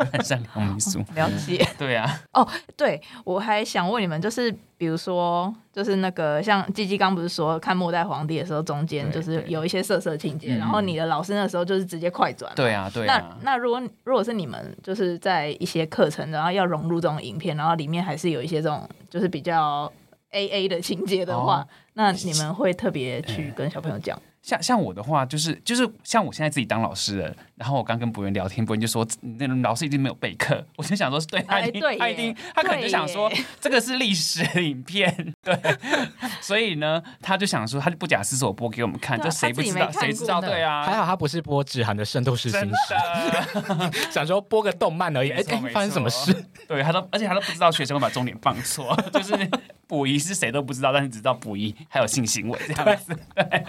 S2: 违 <laughs> 反善良民俗，
S3: 了解。
S2: 对啊，
S3: 对，我还想问你们，就是比如说，就是那个像鸡鸡刚不是说看《末代皇帝》的时候，中间
S2: 对
S3: 就是
S2: 对
S3: 有一些色色情节，
S2: 嗯
S3: 然后你的老师那时候就是直接快转嘛，
S2: 对啊，对
S3: 那
S2: 啊，
S3: 那如果如果是你们就是在一些课程，然后要融入这种影片，然后里面还是有一些这种就是比较 A A 的情节的话，
S2: 哦哎
S3: 那你们会特别去跟小朋友讲？
S2: 像像我的话，就是就是像我现在自己当老师了，然后我刚跟博员聊天，博员就说那种老师一定没有备课，我就想说，是对他
S3: 哎
S2: 一定、
S3: 对耶
S2: 他一定他可能就想说
S3: 对
S2: 这个是历史影片，对，所以呢，他就想说他就不假思索播给我们看，
S3: 对啊
S2: 就谁不知
S3: 他
S2: 道
S3: 自己没看过
S2: 谁知道 <laughs> 对
S1: 还
S2: 啊，
S1: 好他不是播止韩的《圣斗士星
S2: 真
S1: 矢
S2: 的。》，
S1: 想说播个动漫而已。哎
S2: 没、错
S1: 哎
S2: 没
S1: 发生什么
S2: 错
S1: 事？ <laughs>
S2: 对，他都，而且他都不知道学生会把重点放错， <laughs> 就是补遗是谁都不知道，但是只知道补遗还有性行为这样子。 <laughs> 对，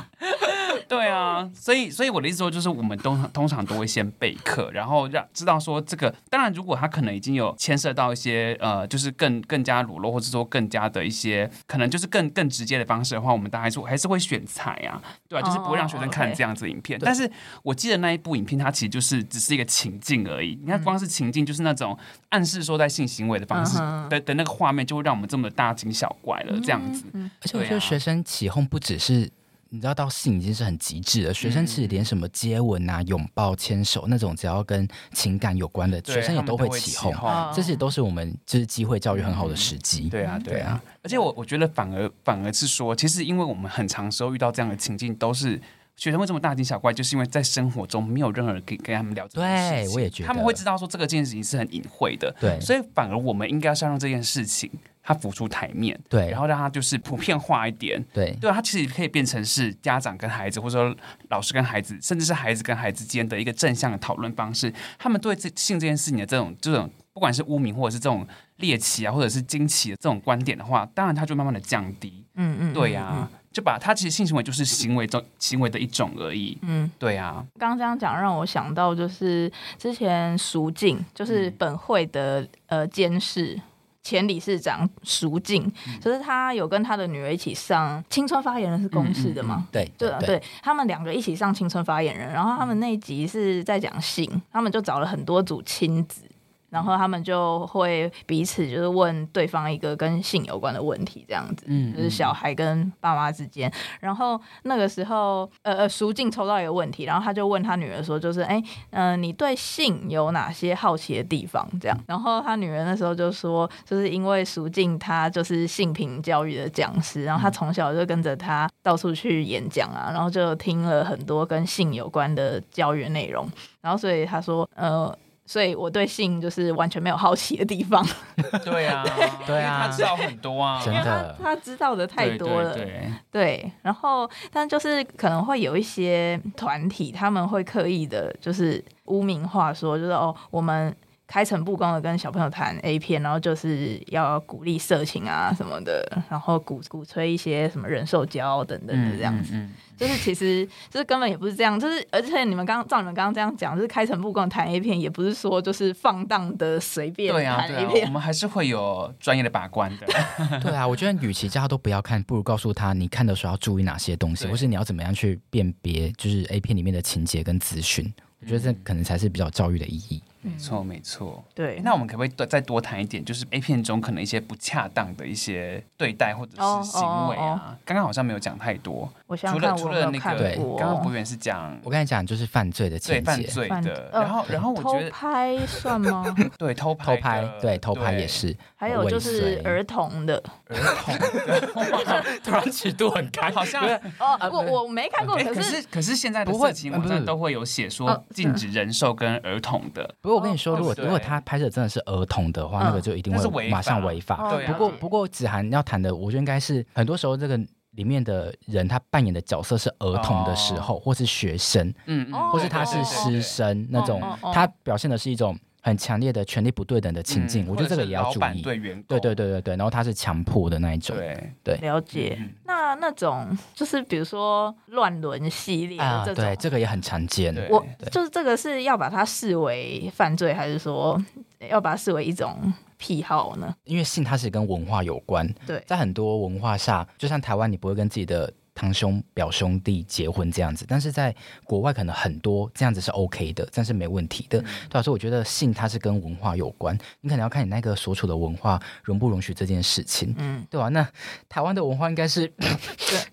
S2: 对啊，所以所以我的意思说，就是我们通通常都会先备课，然后让知道说这个。当然，如果他可能已经有牵涉到一些呃，就是更更加裸露，或者说更加的一些可能就是更更直接的方式的话，我们当然还是还是会选材啊，对啊，就是不会让学生
S3: 哦
S2: 看
S3: ，OK
S2: 这样子的影片。但是我记得那一部影片，它其实就是只是一个情境而已。你看，光是情境就是那种暗示说在性行为的方式
S3: 嗯哼
S2: 的的那个画面，就会让我们这么的大惊小怪了，这样子。
S3: 嗯
S1: 而且我觉
S2: 对啊
S1: 得学生起哄不只是你知道到性已经是很极致了，学
S2: 嗯
S1: 生其实连什么接吻啊、拥抱、牵手那种只要跟情感有关的，
S2: 对
S1: 学生也
S2: 他们
S1: 都会
S2: 会
S1: 起哄。
S3: 哦
S1: 这些都是我们就是机会教育很好的时机。
S2: 对啊，对
S1: 对
S2: 啊
S1: 啊，
S2: 而且我我觉得反而反而是说，其实因为我们很长时候遇到这样的情境，都是学生为什么大惊小怪，就是因为在生活中没有任何人可以跟他们聊这件事
S1: 对
S2: 情，
S1: 我也觉得
S2: 他们会知道说这个件事情是很隐晦的，
S1: 对
S2: 所以反而我们应该是要让这件事情它浮出台面，
S1: 对
S2: 然后让它就是普遍化一点。
S1: 对
S2: 对啊，它其实可以变成是家长跟孩子，或者说老师跟孩子，甚至是孩子跟孩子间的一个正向的讨论方式。他们对这性这件事情的这种这种，不管是污名或者是这种猎奇啊，或者是惊奇的这种观点的话，当然它就慢慢的降低。
S3: 嗯嗯，
S2: 对啊呀、
S3: 嗯
S2: 就把它其实性行为就是行为中行为的一种而已。
S3: 嗯，
S2: 对啊呀、
S3: 刚刚这样讲让我想到，就是之前淑静，就是本会的呃监事。前理事长淑静，就是他有跟他的女儿一起上青春发言人是公示的嘛？
S1: 嗯对
S3: 对啊，对他们两个一起上青春发言人，然后他们那一集是在讲性，他们就找了很多组亲子，然后他们就会彼此就是问对方一个跟性有关的问题，这样子，
S2: 嗯
S3: 就是小孩跟爸妈之间。然后那个时候，呃呃，淑静抽到一个问题，然后他就问他女儿说，就是哎，嗯、你对性有哪些好奇的地方？这样，然后他女儿那时候就说，就是因为淑静她就是性平教育的讲师，然后她
S2: 嗯
S3: 从小就跟着他到处去演讲啊，然后就听了很多跟性有关的教育内容，然后所以他说，呃。所以我对性就是完全没有好奇的地方，
S2: 嗯 <laughs> 对呀、
S1: 对啊
S2: 因为他知道很多啊，
S1: 真
S3: 因为他
S1: 的
S3: 他知道的太多了，
S2: 对对对
S3: 对，然后但就是可能会有一些团体，他们会刻意的，就是污名化说，就是哦，我们开诚布公的跟小朋友谈 A 片，然后就是要鼓励色情啊什么的，然后鼓鼓吹一些什么人兽交等等的这样子。
S2: 嗯嗯嗯
S3: 就是其实就是根本也不是这样，就是而且你们刚照你们刚刚这样讲，就是开诚布公地谈 A 片，也不是说就是放荡的随便
S2: 对啊，
S3: 谈
S2: 对
S3: A
S2: 啊，
S3: 片
S2: 我。们还是会有专业的把关的。
S1: 对
S3: <laughs>
S1: 啊！我觉得与其叫他都不要看，不如告诉他你看的时候要注意哪些东西，
S2: 对
S1: 或是你要怎么样去辨别，就是 A 片里面的情节跟资讯。
S2: 嗯
S1: 我觉得这可能才是比较教育的意义。
S2: 没错，没错。
S3: 对
S2: 诶那我们可不可以多再多谈一点，就是 A 片中可能一些不恰当的一些对待或者
S3: 哦
S2: 是行为
S3: 哦
S2: 啊？刚刚好像没有讲太多，
S3: 我想
S2: 除
S3: 想
S2: 了
S3: 看，
S2: 除
S3: 我
S2: 了
S3: 有
S2: 那
S3: 没有看
S2: 个
S3: 过。
S2: 刚刚博远是讲
S1: 我刚才讲就是犯罪的情
S2: 对犯
S1: 节，
S2: 罪
S3: 犯
S2: 的，
S3: 呃
S2: 然后然后我
S3: 偷
S2: 觉得
S3: 拍算吗？
S2: 对偷
S1: 偷
S2: 拍的
S1: 拍，对偷拍也，是。
S3: 还有就是
S1: 哦尾随
S3: 儿童的
S2: 儿童的
S1: <laughs> 突然尺度很开，
S2: 好
S3: <laughs>
S2: 像。
S3: <laughs> 哦，我我没看过，
S2: 诶
S3: 可
S2: 可
S3: 是
S2: 是可是现在的
S1: 不会
S2: 色情
S1: 呃
S2: 网
S1: 不
S2: 站
S1: 是
S2: 都会有写说
S3: 哦
S2: 禁止人兽跟儿童
S3: <laughs>
S2: 的，
S1: 不过我跟你说，
S3: 哦
S1: 如果
S2: 对
S1: 如果他拍摄真的是儿童的话，
S3: 嗯
S1: 那个就一定
S2: 那是
S1: 会
S2: 违
S1: 马上
S2: 法
S1: 违法。
S3: 哦
S2: 对啊
S1: 不过不过，子涵要谈的，我觉得应该是很多时候这个里面的人他扮演的角色是儿童的时候，或是学生，
S2: 嗯嗯，
S3: 哦
S1: 或是他
S2: 对
S1: 是
S2: 对
S1: 师
S2: 对
S1: 生那种
S3: 哦哦哦，
S1: 他表现的是一种很强烈的权力不对等的情境，
S2: 嗯
S1: 我觉得这个也要
S2: 或者
S1: 注
S2: 是老板
S1: 意。
S2: 对员工，
S1: 对对对对对，然后他是强迫的那一种，
S2: 对，
S3: 了解。
S2: 嗯
S3: 那那种就是比如说乱伦系列
S1: 啊，
S3: 的这
S1: 对，
S3: 种，
S1: 这个也很常见。
S2: 对
S3: 我就是这个是要把它视为犯罪，还是说要把它视为一种癖好呢？
S1: 因为性它是跟文化有关，
S3: 对，
S1: 在很多文化下，就像台湾，你不会跟自己的堂兄、表兄弟结婚这样子，但是在国外可能很多这样子是 OK 的，但是没问题的。
S2: 嗯
S1: 对啊，所以我觉得性它是跟文化有关，你可能要看你那个所处的文化容不容许这件事情。
S3: 嗯，
S1: 对啊，那台湾的文化应该
S2: <coughs>
S1: 是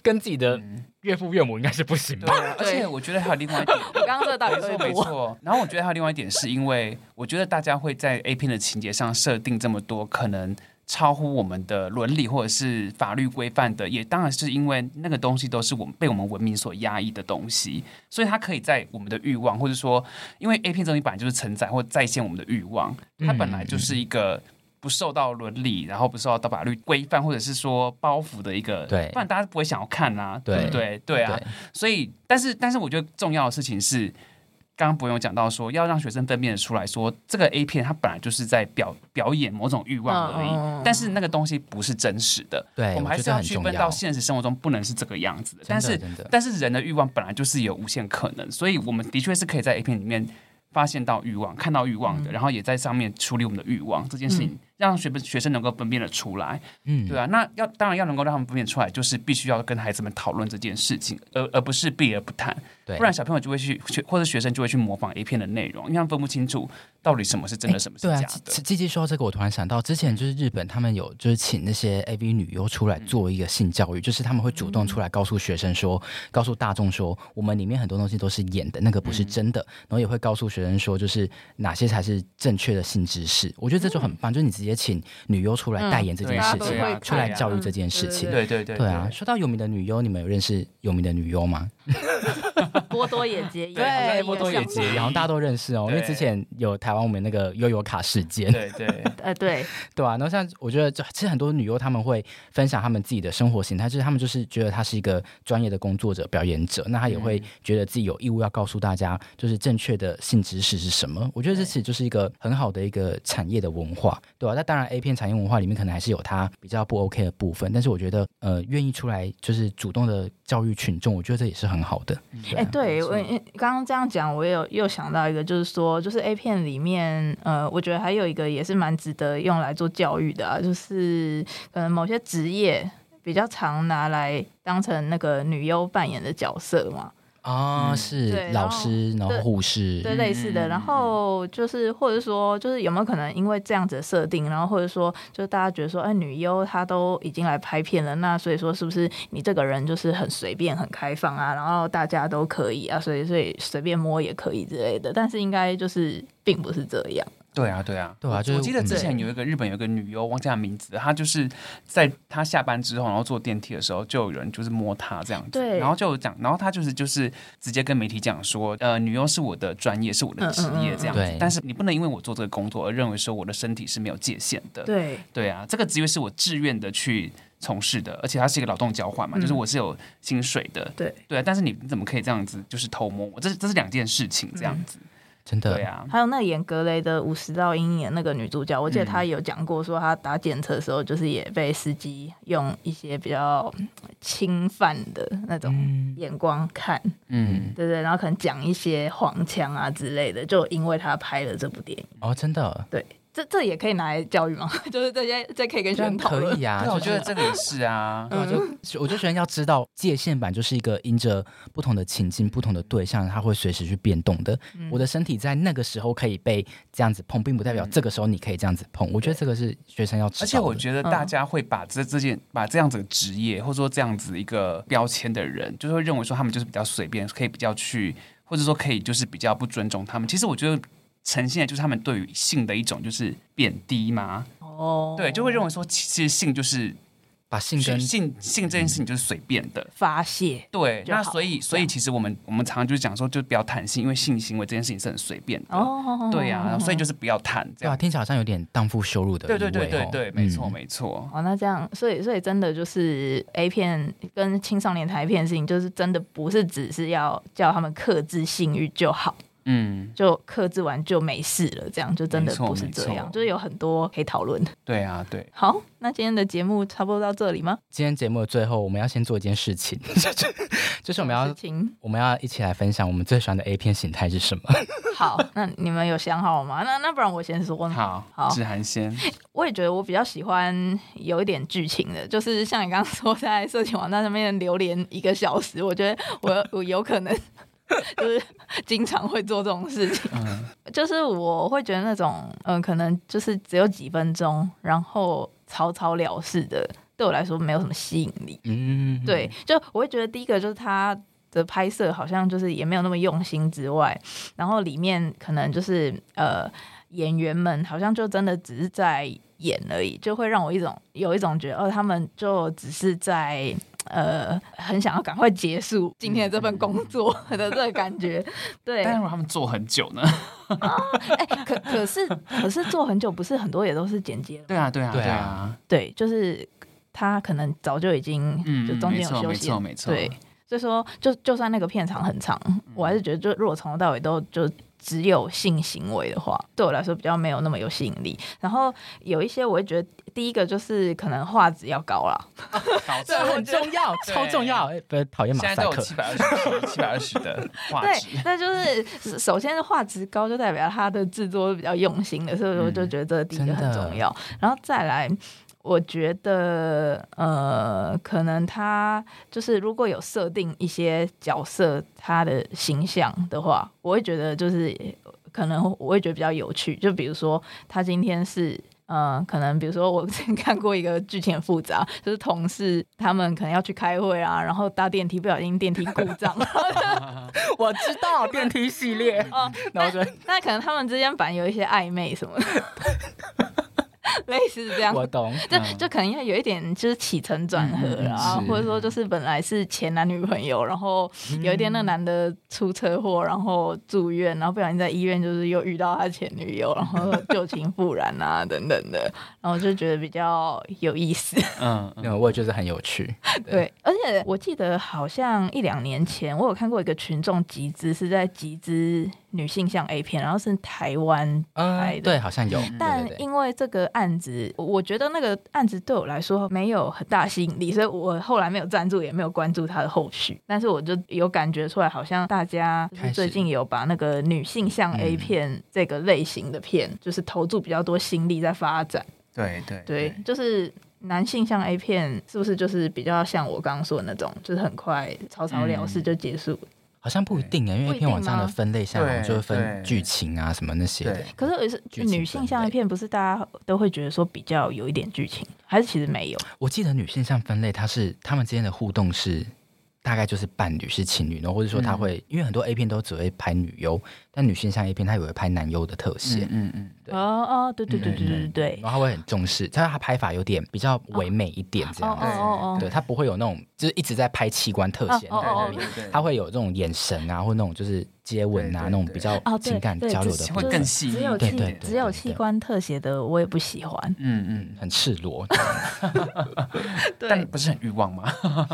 S1: 跟自己的
S2: 嗯
S1: 岳父岳母应该是不行
S2: 对
S1: 吧？
S2: 啊，而且我觉得还有另外一点，
S3: 我刚刚这个到底
S2: 没
S3: 对
S2: 错
S3: 不
S2: 没
S3: 对？
S2: 错。然后我觉得还有另外一点，是因为我觉得大家会在 A 片的情节上设定这么多，可能超乎我们的伦理或者是法律规范的，也当然是因为那个东西都是我们被我们文明所压抑的东西，所以它可以在我们的欲望，或者说，因为 A 片这东西本来就是承载或再现我们的欲望，它本来
S1: 嗯
S2: 就是一个。不受到伦理，然后不受到法律规范，或者是说包袱的一个，
S1: 对
S2: 不然大家不会想要看啊，
S1: 对
S2: 对不对？对啊，所以，但是，但是，我觉得重要的事情是，刚刚博勇讲到说，要让学生分辨得出来说，这个 A 片它本来就是在表表演某种欲望而已，
S3: 嗯嗯嗯
S2: 但是那个东西不是真实的。
S1: 对，
S2: 我们还
S1: 觉
S2: 是
S1: 得
S2: 要
S1: 很
S2: 区
S1: 重
S2: 分
S1: 要
S2: 到。现实生活中不能是这个样子的，
S1: 真的
S2: 但是
S1: 真的
S2: 但是人的欲望本来就是有无限可能，所以我们的确是
S1: 嗯
S2: 可以在 A 片里面发现到欲望、看到欲望的，然后也在上面处理我们的欲望这件事情，让学生学生能够分辨的出来。
S1: 嗯，
S2: 对啊，那要当然要能够让他们分辨出来，就是必须要跟孩子们讨论这件事情，而而不是避而不谈。
S1: 对，
S2: 不然小朋友就会去，去或者学生就会去模仿 A 片的内容，因为他们分不清楚到底什么是真的，
S1: 诶
S2: 什么是
S1: 对啊
S2: 假，的
S1: 鸡。鸡鸡说到这个，我突然想到，之前就是日本他们有就是请那些 AV 女优出
S2: 嗯
S1: 来做一个性教育，就是他们会主动出来告诉学生说，告诉大众说，我们里面很多东西都是演的，那个不
S2: 嗯
S1: 是真的，然后也会告诉学生说，就是哪些才是正确的性知识。我觉得这就很棒，就是你直接请女优出来代言这件事
S2: 嗯
S1: 情，
S2: 对啊
S1: 出来教育这
S3: 对啊
S1: 件事情。
S3: 嗯
S2: 对对对
S1: 对啊，，说到有名的女优，你们有认识有名的女优吗？
S3: 波多野结衣，
S2: 对好像是
S1: 波多野结衣，好像大家都认识哦，因为
S2: 对
S1: 之前有台湾我们那个悠游卡事件。
S2: 对
S1: <laughs>
S2: 对对，
S3: 呃，对，
S1: 对啊，然后像我觉得，这其实很多女优她们会分享她们自己的生活形态，就是她们就是觉得她是一个专业的工作者、表演者，那她也
S3: 嗯
S1: 会觉得自己有义务要告诉大家，就是正确的性知识是什么。我觉得这其实就是一个很好的一个产业的文化，对啊，那当然，A 片产业文化里面可能还是有它比较不 OK 的部分，但是我觉得，呃，愿意出来就是主动的教育群众，我觉得这也是很好的。
S3: 哎、对我因刚刚这样讲，我也有又想到一个，就是说，就是 A 片里面，呃，我觉得还有一个也是蛮值得用来做教育的、啊，就是可能某些职业比较常拿来当成那个女优扮演的角色嘛，
S1: 啊、
S2: 嗯
S1: 是
S3: 哦对
S1: 老
S3: 然后
S1: 师，然后
S3: 对
S1: 护士，
S3: 对类似的。然后就是或者说，就是有没有可能因为这样子的设定，然后或者说，就是大家觉得说，哎，女优她都已经来拍片了，那所以说是不是你这个人就是很随便、很开放啊，然后大家都可以啊，所以所以随便摸也可以之类的？但是应该就是并不是这样。
S2: 对啊，对啊，
S1: 对啊
S2: 我
S1: 就是
S2: 我记得
S1: 嗯
S2: 之前有一个日本有一个女优，忘记她名字了，她就是在她下班之后，然后坐电梯的时候，就有人就是摸她这样子，
S3: 对
S2: 然后就有讲，然后她就是就是直接跟媒体讲说，呃，女优是我的专业，是我的职业这样子，
S1: 嗯嗯嗯嗯对
S2: 但是你不能因为我做这个工作而认为说我的身体是没有界限的，
S3: 对，
S2: 对啊，这个职业是我自愿的去从事的，而且它是一个劳动交换嘛，
S3: 嗯
S2: 就是我是有薪水的，
S3: 对
S2: 对啊，但是你你怎么可以这样子就是偷摸我？这是这是两件事情，这样子，
S1: 真的
S2: 对啊，
S3: 还有那演格雷的《五十道阴影》的那个女主角，我记得她有讲过，说她打检测的时候，就是也被司机用一些比较嗯侵犯的那种
S1: 嗯
S3: 眼光看，
S2: 嗯，
S3: 对对，然后可能讲一些黄腔啊之类的，就因为她拍了这部电影，
S1: 哦，真的，
S3: 这这也可以拿来教育吗？ <laughs> 就是这些这可以跟学
S1: 这样
S3: 生讨
S1: 可
S3: 论。
S1: 以
S3: <laughs>
S1: 啊，
S2: 对啊，我
S1: 就
S2: 觉
S1: 是
S2: 得这个也是啊，
S1: 对啊，就我就觉得要知道界限版就是一个因着不同的情境、不同的对象，它会随时去变动的。
S2: 嗯
S1: 我的身体在那个时候可以被这样子碰，并不代表这个时候你可以这样子碰。我觉得这个是学生要知道的。嗯
S2: 而且我觉得大家会把这这件把这样子的职业，或者说这样子一个标签的人，就是会认为说他们就是比较随便，可以比较去，或者说可以就是比较不尊重他们。其实我觉得呈现的就是他们对于性的一种就是贬低嘛，
S3: 哦，
S2: 对，就会认为说其其实性就是
S1: 把性跟嗯
S2: 性性这件事情就是随便的。
S3: 发泄。
S2: 对，
S3: 就
S2: 那
S3: 好
S2: 所以所以
S3: 这样
S2: 其实我们我们常常就是讲说，就不要谈性，因为性行为这件事情是很随便的。
S3: 哦，
S2: 对啊呀、所以就是不要谈这
S1: 对啊，
S2: 样。
S1: 听起来好像有点荡妇羞辱的意味
S2: 对
S1: 哦。
S2: 对对对对，没错
S1: 嗯
S2: 没错。
S3: 哦，那这样，所以所以真的就是 A 片跟青少年台片的事情，就是真的不是只是要叫他们克制性欲就好，
S2: 嗯，
S3: 就克制完就没事了，这样就真的
S2: 没错
S3: 不是这
S2: 没错
S3: 样，就是有很多可以讨论的。
S2: 对啊对。
S3: 好，那今天的节目差不多到这里吗？
S1: 今天节目的最后，我们要先做一件事情， <laughs> 就是我们
S3: 事
S1: 要
S3: 情
S1: 我们要一起来分享我们最喜欢的 A 片形态是什
S2: <laughs>
S1: 么。
S3: 好，那你们有想好吗？那那不然我先说呢。
S2: 好，
S3: 嗯好哎
S2: 子涵先。
S3: 我也觉得我比较喜欢有一点剧情的，就是像你刚刚说在色情网站上面流连一个小时，我觉得我我有可能 <laughs> 就是经常会做这种事情，
S2: 嗯
S3: 就是我会觉得那种嗯、呃可能就是只有几分钟，然后草草了事的，对我来说没有什么吸引力。
S1: 嗯，
S3: 对，就我会觉得第一个就是它的拍摄好像就是也没有那么用心之外，然后里面可能就是呃演员们好像就真的只是在演而已，就会让我一种有一种觉得哦，他们就只是在。呃，很想要赶快结束今天的这份工作 <laughs> 的这个感觉，对。
S2: 但是如果他们做很久
S3: <laughs>
S2: 呢？
S3: 哎、可可是可是做很久，不是很多也都是剪接的吗
S2: 对啊，对啊，
S1: 对啊
S2: 对啊，
S3: 对，就是他可能早就已经
S2: 嗯
S3: 就中间
S2: 没错
S3: 有休息了，
S2: 没错没错
S3: 对，所以说，就就算那个片长很长，我还是觉得，就如果从头到尾都就只有性行为的话，对我来说比较没有那么有吸引力。然后有一些，我会觉得第一个就是可能画质要高啦，
S2: 搞
S1: 这
S2: 错
S1: 很重要，
S2: 对
S1: 超重要。哎，不是讨厌
S2: 现
S1: 马
S2: 在
S1: 赛
S2: 都有
S1: 克，
S2: 七百二十、 <laughs> 七百二十的画质 <laughs>
S3: 对，，那就是首先是画质高，就代表它的制作是比较用心的，所以我就
S2: 嗯
S3: 觉得这第一个很重要。然后再来，我觉得呃，可能它就是如果有设定一些角色他的形象的话，我会觉得就是可能我会觉得比较有趣。就比如说他今天是。嗯，可能比如说我之前看过一个剧情很复杂，就是同事他们可能要去开会啊，然后搭电梯不小心电梯故障，然后
S1: 我知
S2: <laughs>
S1: 道电梯系列，
S3: 哦，
S1: 然后就
S3: 那可能他们之间反正有一些暧昧什么的，类似这样。
S1: 我懂，
S3: 就就可能要有一点就是起承转合
S1: 嗯嗯嗯
S3: 啦，然后
S1: 是
S3: 或者说就是本来是前男女朋友，然后有一天
S1: 嗯
S3: 那男的出车祸，然后住院，然后不小心在医院就是又遇到他前女友，然后旧情复燃啊等等的，然后就觉得比较有意思。
S2: 嗯，嗯
S1: 嗯，我也觉得很有
S2: <laughs>
S1: 趣。
S3: <laughs> 对，而且我记得好像一两年前，我有看过一个群众集资，是在集资女性向 A 片，然后是台湾拍
S1: 嗯，
S3: 的
S1: 对，好像有，对
S3: 但
S1: 对对，
S3: 因为这个案子，我我觉得那个案子对我来说没有很大吸引力，所以我后来没有赞助，也没有关注它的后续。但是我就有感觉出来，好像大家就是
S1: 开始
S3: 最近有把那个女性向
S1: 嗯
S3: A 片这个类型的片，就是投注比较多心力在发展。
S2: 对对
S3: 对，就是。男性向 A 片是不是就是比较像我刚刚说的那种，就是很快草草了
S1: 嗯
S3: 事就结束？
S1: 好像不一定啊，因为
S3: 不
S1: A
S3: 一
S1: 片
S3: 定
S1: 网站的
S3: 吗
S1: 分类下来
S2: 对
S1: 就会分
S2: 对
S1: 剧情啊什么那些的
S2: 对。
S3: 可是也是
S1: 剧情
S3: 女性
S1: 分
S3: 向
S1: 类
S3: A 片，不是大家都会觉得说比较有一点剧情，还是其实没有？
S1: 我记得女性向分类，它是他们之间的互动是大概就是伴侣是情侣，然后或者说他会、
S2: 嗯
S1: 因为很多 A 片都只会拍女优，但女性向 A 片它也会拍男优的特写，
S2: 嗯嗯
S1: 对嗯
S3: 哦哦，对对对对对对。
S1: 然后他会很重视，但是他拍法有点比较唯美一点这
S3: 哦
S1: 样
S3: 哦
S1: 子，
S3: 哦
S1: 对他不会有那种就是一直在拍器官特写
S3: 哦
S1: 那种
S3: 哦
S1: 类
S2: 对
S1: 型，
S2: 对对，
S1: 他会有这种眼神啊，或那种就是接吻啊
S2: 对
S1: 那
S2: 对
S1: 种
S2: 对
S1: 比较
S3: 哦，哦，对
S1: 情感
S3: 对
S1: 交流的
S3: 只
S1: 部
S2: 会
S1: 分，
S2: 更细腻
S3: 只有
S1: 对
S3: 器
S1: 对对
S3: 只有
S1: 对
S3: 器
S1: 对
S3: 官特写的我也不喜欢。
S2: 嗯嗯，
S1: 很赤裸，
S2: 但，不是很欲望吗？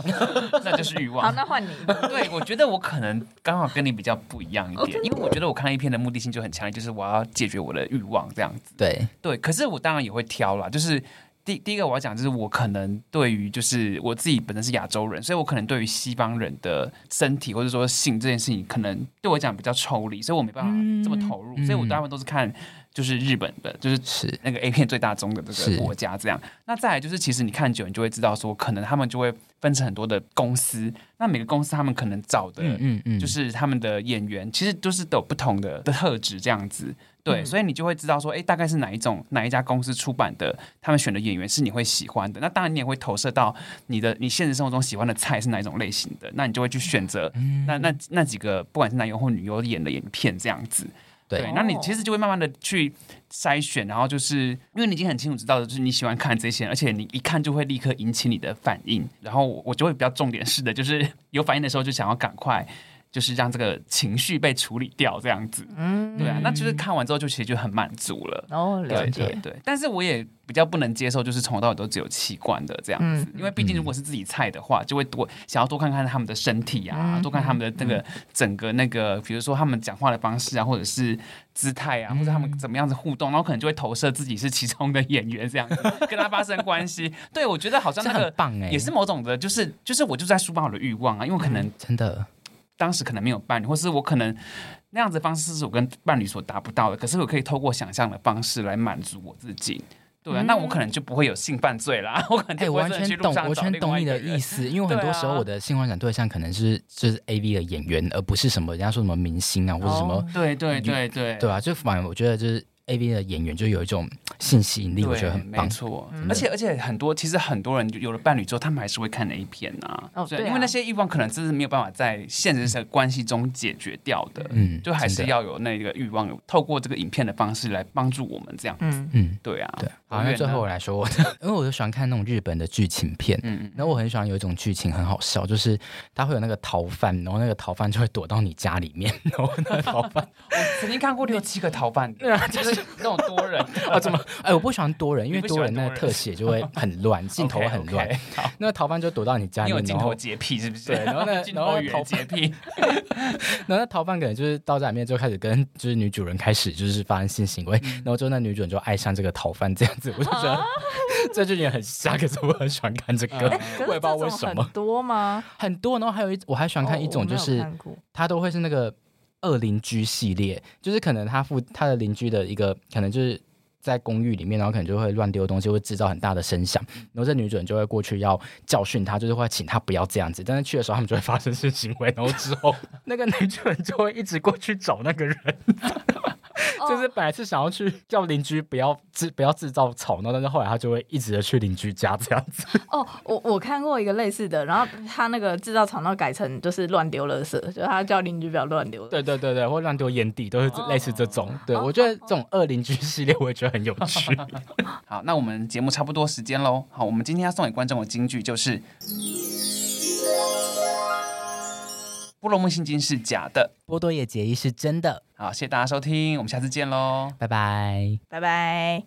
S2: <laughs> 那就是欲
S3: 好，
S2: 望。
S3: 那换哦你。
S2: <laughs> 对，我觉得我可能刚好跟你比较不一样一点，因为我觉得我看 A 片的目的性就很强烈，就是我要解决我的欲望这样子。
S1: 对，
S2: 对，可是我当然也会挑啦，就是第第一个我要讲，就是我可能对于就是我自己本身是亚洲人，所以我可能对于西方人的身体或者说性这件事情，可能对我讲比较抽离，所以我没办法这么投入，
S1: 嗯
S2: 所以我大部分都是看就是日本的，就是
S1: 是
S2: 那个 A 片最大宗的这
S1: 是
S2: 个国家这样。那再来就是，其实你看久，你就会知道说，可能他们就会分成很多的公司，那每个公司他们可能找的。
S1: 嗯嗯嗯，
S2: 就是他们的演员，其实都是都有不同的的特质这样子，对，
S3: 嗯
S2: 所以你就会知道说，哎、大概是哪一种哪一家公司出版的，他们选的演员是你会喜欢的。那当然，你也会投射到你的你现实生活中喜欢的菜是哪一种类型的，那你就会去选择、那那那几个不管是男优或女优演的影片这样子。
S1: 对
S2: 那你
S3: 哦
S2: 其实就会慢慢的去筛选，然后就是因为你已经很清楚知道的，就是你喜欢看这些，而且你一看就会立刻引起你的反应。然后我我就会比较重点式的，就是有反应的时候就想要赶快，就是让这个情绪被处理掉，这样子。
S3: 嗯，
S2: 对啊，那就是看完之后就其实就很满足了。
S3: 哦，了
S2: 对对
S3: 解。
S2: 对，但是我也比较不能接受，就是从头到尾都只有器官的这样子，
S1: 嗯
S2: 因为毕竟如果是自己菜的话，就会多想要多看看他们的身体
S1: 嗯
S2: 啊，多看他们的那个整个那个，比如说他们讲话的方式啊，或者是姿态
S1: 嗯
S2: 啊，或者他们怎么样子互动，然后可能就会投射自己是其中的演员这样
S1: <laughs>
S2: 子，跟他发生关系。对，我觉得好像
S1: 这
S2: 那
S1: 很
S2: 个。
S1: 棒哎，
S2: 也是某种的，就是就是我就在抒发我的欲望啊，因为我可能
S1: 真的，
S2: 当时可能没有伴侣，或是我可能那样子的方式是我跟伴侣所达不到的，可是我可以透过想象的方式来满足我自己。对啊，那我可能就不会有性犯罪啦， <laughs> 我可能
S1: 嗯哎、
S2: 就不
S1: 我
S2: 会
S1: 完
S2: 真的去
S1: 全
S2: 路
S1: 懂，我
S2: 上
S1: 完
S2: 找
S1: 全
S2: 另
S1: 懂
S2: 外
S1: 你
S2: 一个
S1: 的
S2: 人
S1: 意。
S2: <laughs>
S1: 思，因为很
S2: 对
S1: 多时候
S2: 啊
S1: 我的性幻想对象可能是就是 A V 的演员，而不是什么人家说什么明星啊，或者什么，
S3: 哦
S2: 对对对对
S1: 对吧、啊就反而我觉得就是 A V 的演员就有一种性吸引力，我觉得很
S2: 没
S1: 棒。嗯
S2: 错，而且而且很多其实很多人有了伴侣之后，他们还是会看 A 片啊，
S3: 哦对啊
S2: 因为那些欲望可能真是没有办法在现实的关系中解决掉的，
S1: 嗯
S2: 就还是
S1: 真的
S2: 要有那个欲望，透过这个影片的方式来帮助我们这样。
S3: 嗯，
S1: 嗯，
S2: 对啊，
S1: 对。
S2: 我
S1: 好，那
S2: 远
S1: 最
S2: 了
S1: 后我来说 <laughs> 我的，因为我就喜欢看那种日本的剧情片。
S2: 嗯嗯。
S1: 然后我很喜欢有一种剧情很好笑，就是他会有那个逃犯，然后那个 <laughs> 逃犯就会躲到你家里面，然后那个逃犯 <laughs> 啊
S2: 我曾经看过六七个逃犯的，就是那种多人的
S1: 哦，怎么？哎，我不喜欢多人，因为
S2: 你不喜
S1: 多
S2: 欢
S1: 人那个
S2: 多
S1: 特
S2: 人
S1: 写就会很乱， <laughs> 镜头会很
S2: <laughs> OK，OK，
S1: 乱。
S2: 好
S1: <laughs> 那个逃犯就躲到你家
S2: 你
S1: 里，
S2: 有
S1: 面，
S2: 镜
S1: 然后
S2: 头洁癖是不是？
S1: 对然后
S2: <laughs>
S1: 呢
S2: 镜
S1: 然后
S2: 头语言
S1: 头
S2: 洁癖，
S1: 然后那逃犯可能就是到家里面就开始跟就是女主人开始就是发生性行为，然后之后那女主人就爱上这个逃犯这样子，我就觉得、这就有点很瞎，可是我很喜欢看这个，
S2: 嗯
S3: 哎可
S1: 我也不
S3: 是
S1: 知道
S3: 这
S1: 为
S3: 种
S1: 什
S3: 很
S1: 么
S3: 多吗？
S1: 很多。然后还有一我还喜欢看一种就是、
S3: 哦我没有看过
S1: 他都会是那个恶邻居系列，就是可能他附他的邻居的一个可能就是。在公寓里面，然后可能就会乱丢东西，会制造很大的声响。然后这女主人就会过去要教训他，就是会请他不要这样子。但是去的时候，他们就会发生性行为。然后之 <laughs> 后，那个女主人就会一直过去找那个人， <laughs> 就是本来是想要去叫邻居不要制不要制造吵闹，但是后来他就会一直的去邻居家这样子。
S3: 哦，我我看过一个类似的，然后他那个制造厂闹改成就是乱丢垃圾，就他叫邻居不要乱丢。
S1: 对对对对，或乱丢烟蒂，都是这类似这种。对我觉得这种恶邻居系列，我也觉得很有趣。
S2: 好，那我们节目差不多时间喽。好，我们今天要送给观众的金句就是：波罗木心经是假的。
S1: 波多野结衣是真的，
S2: 好，谢谢大家收听，我们下次见喽。
S1: 拜拜。
S3: 拜拜。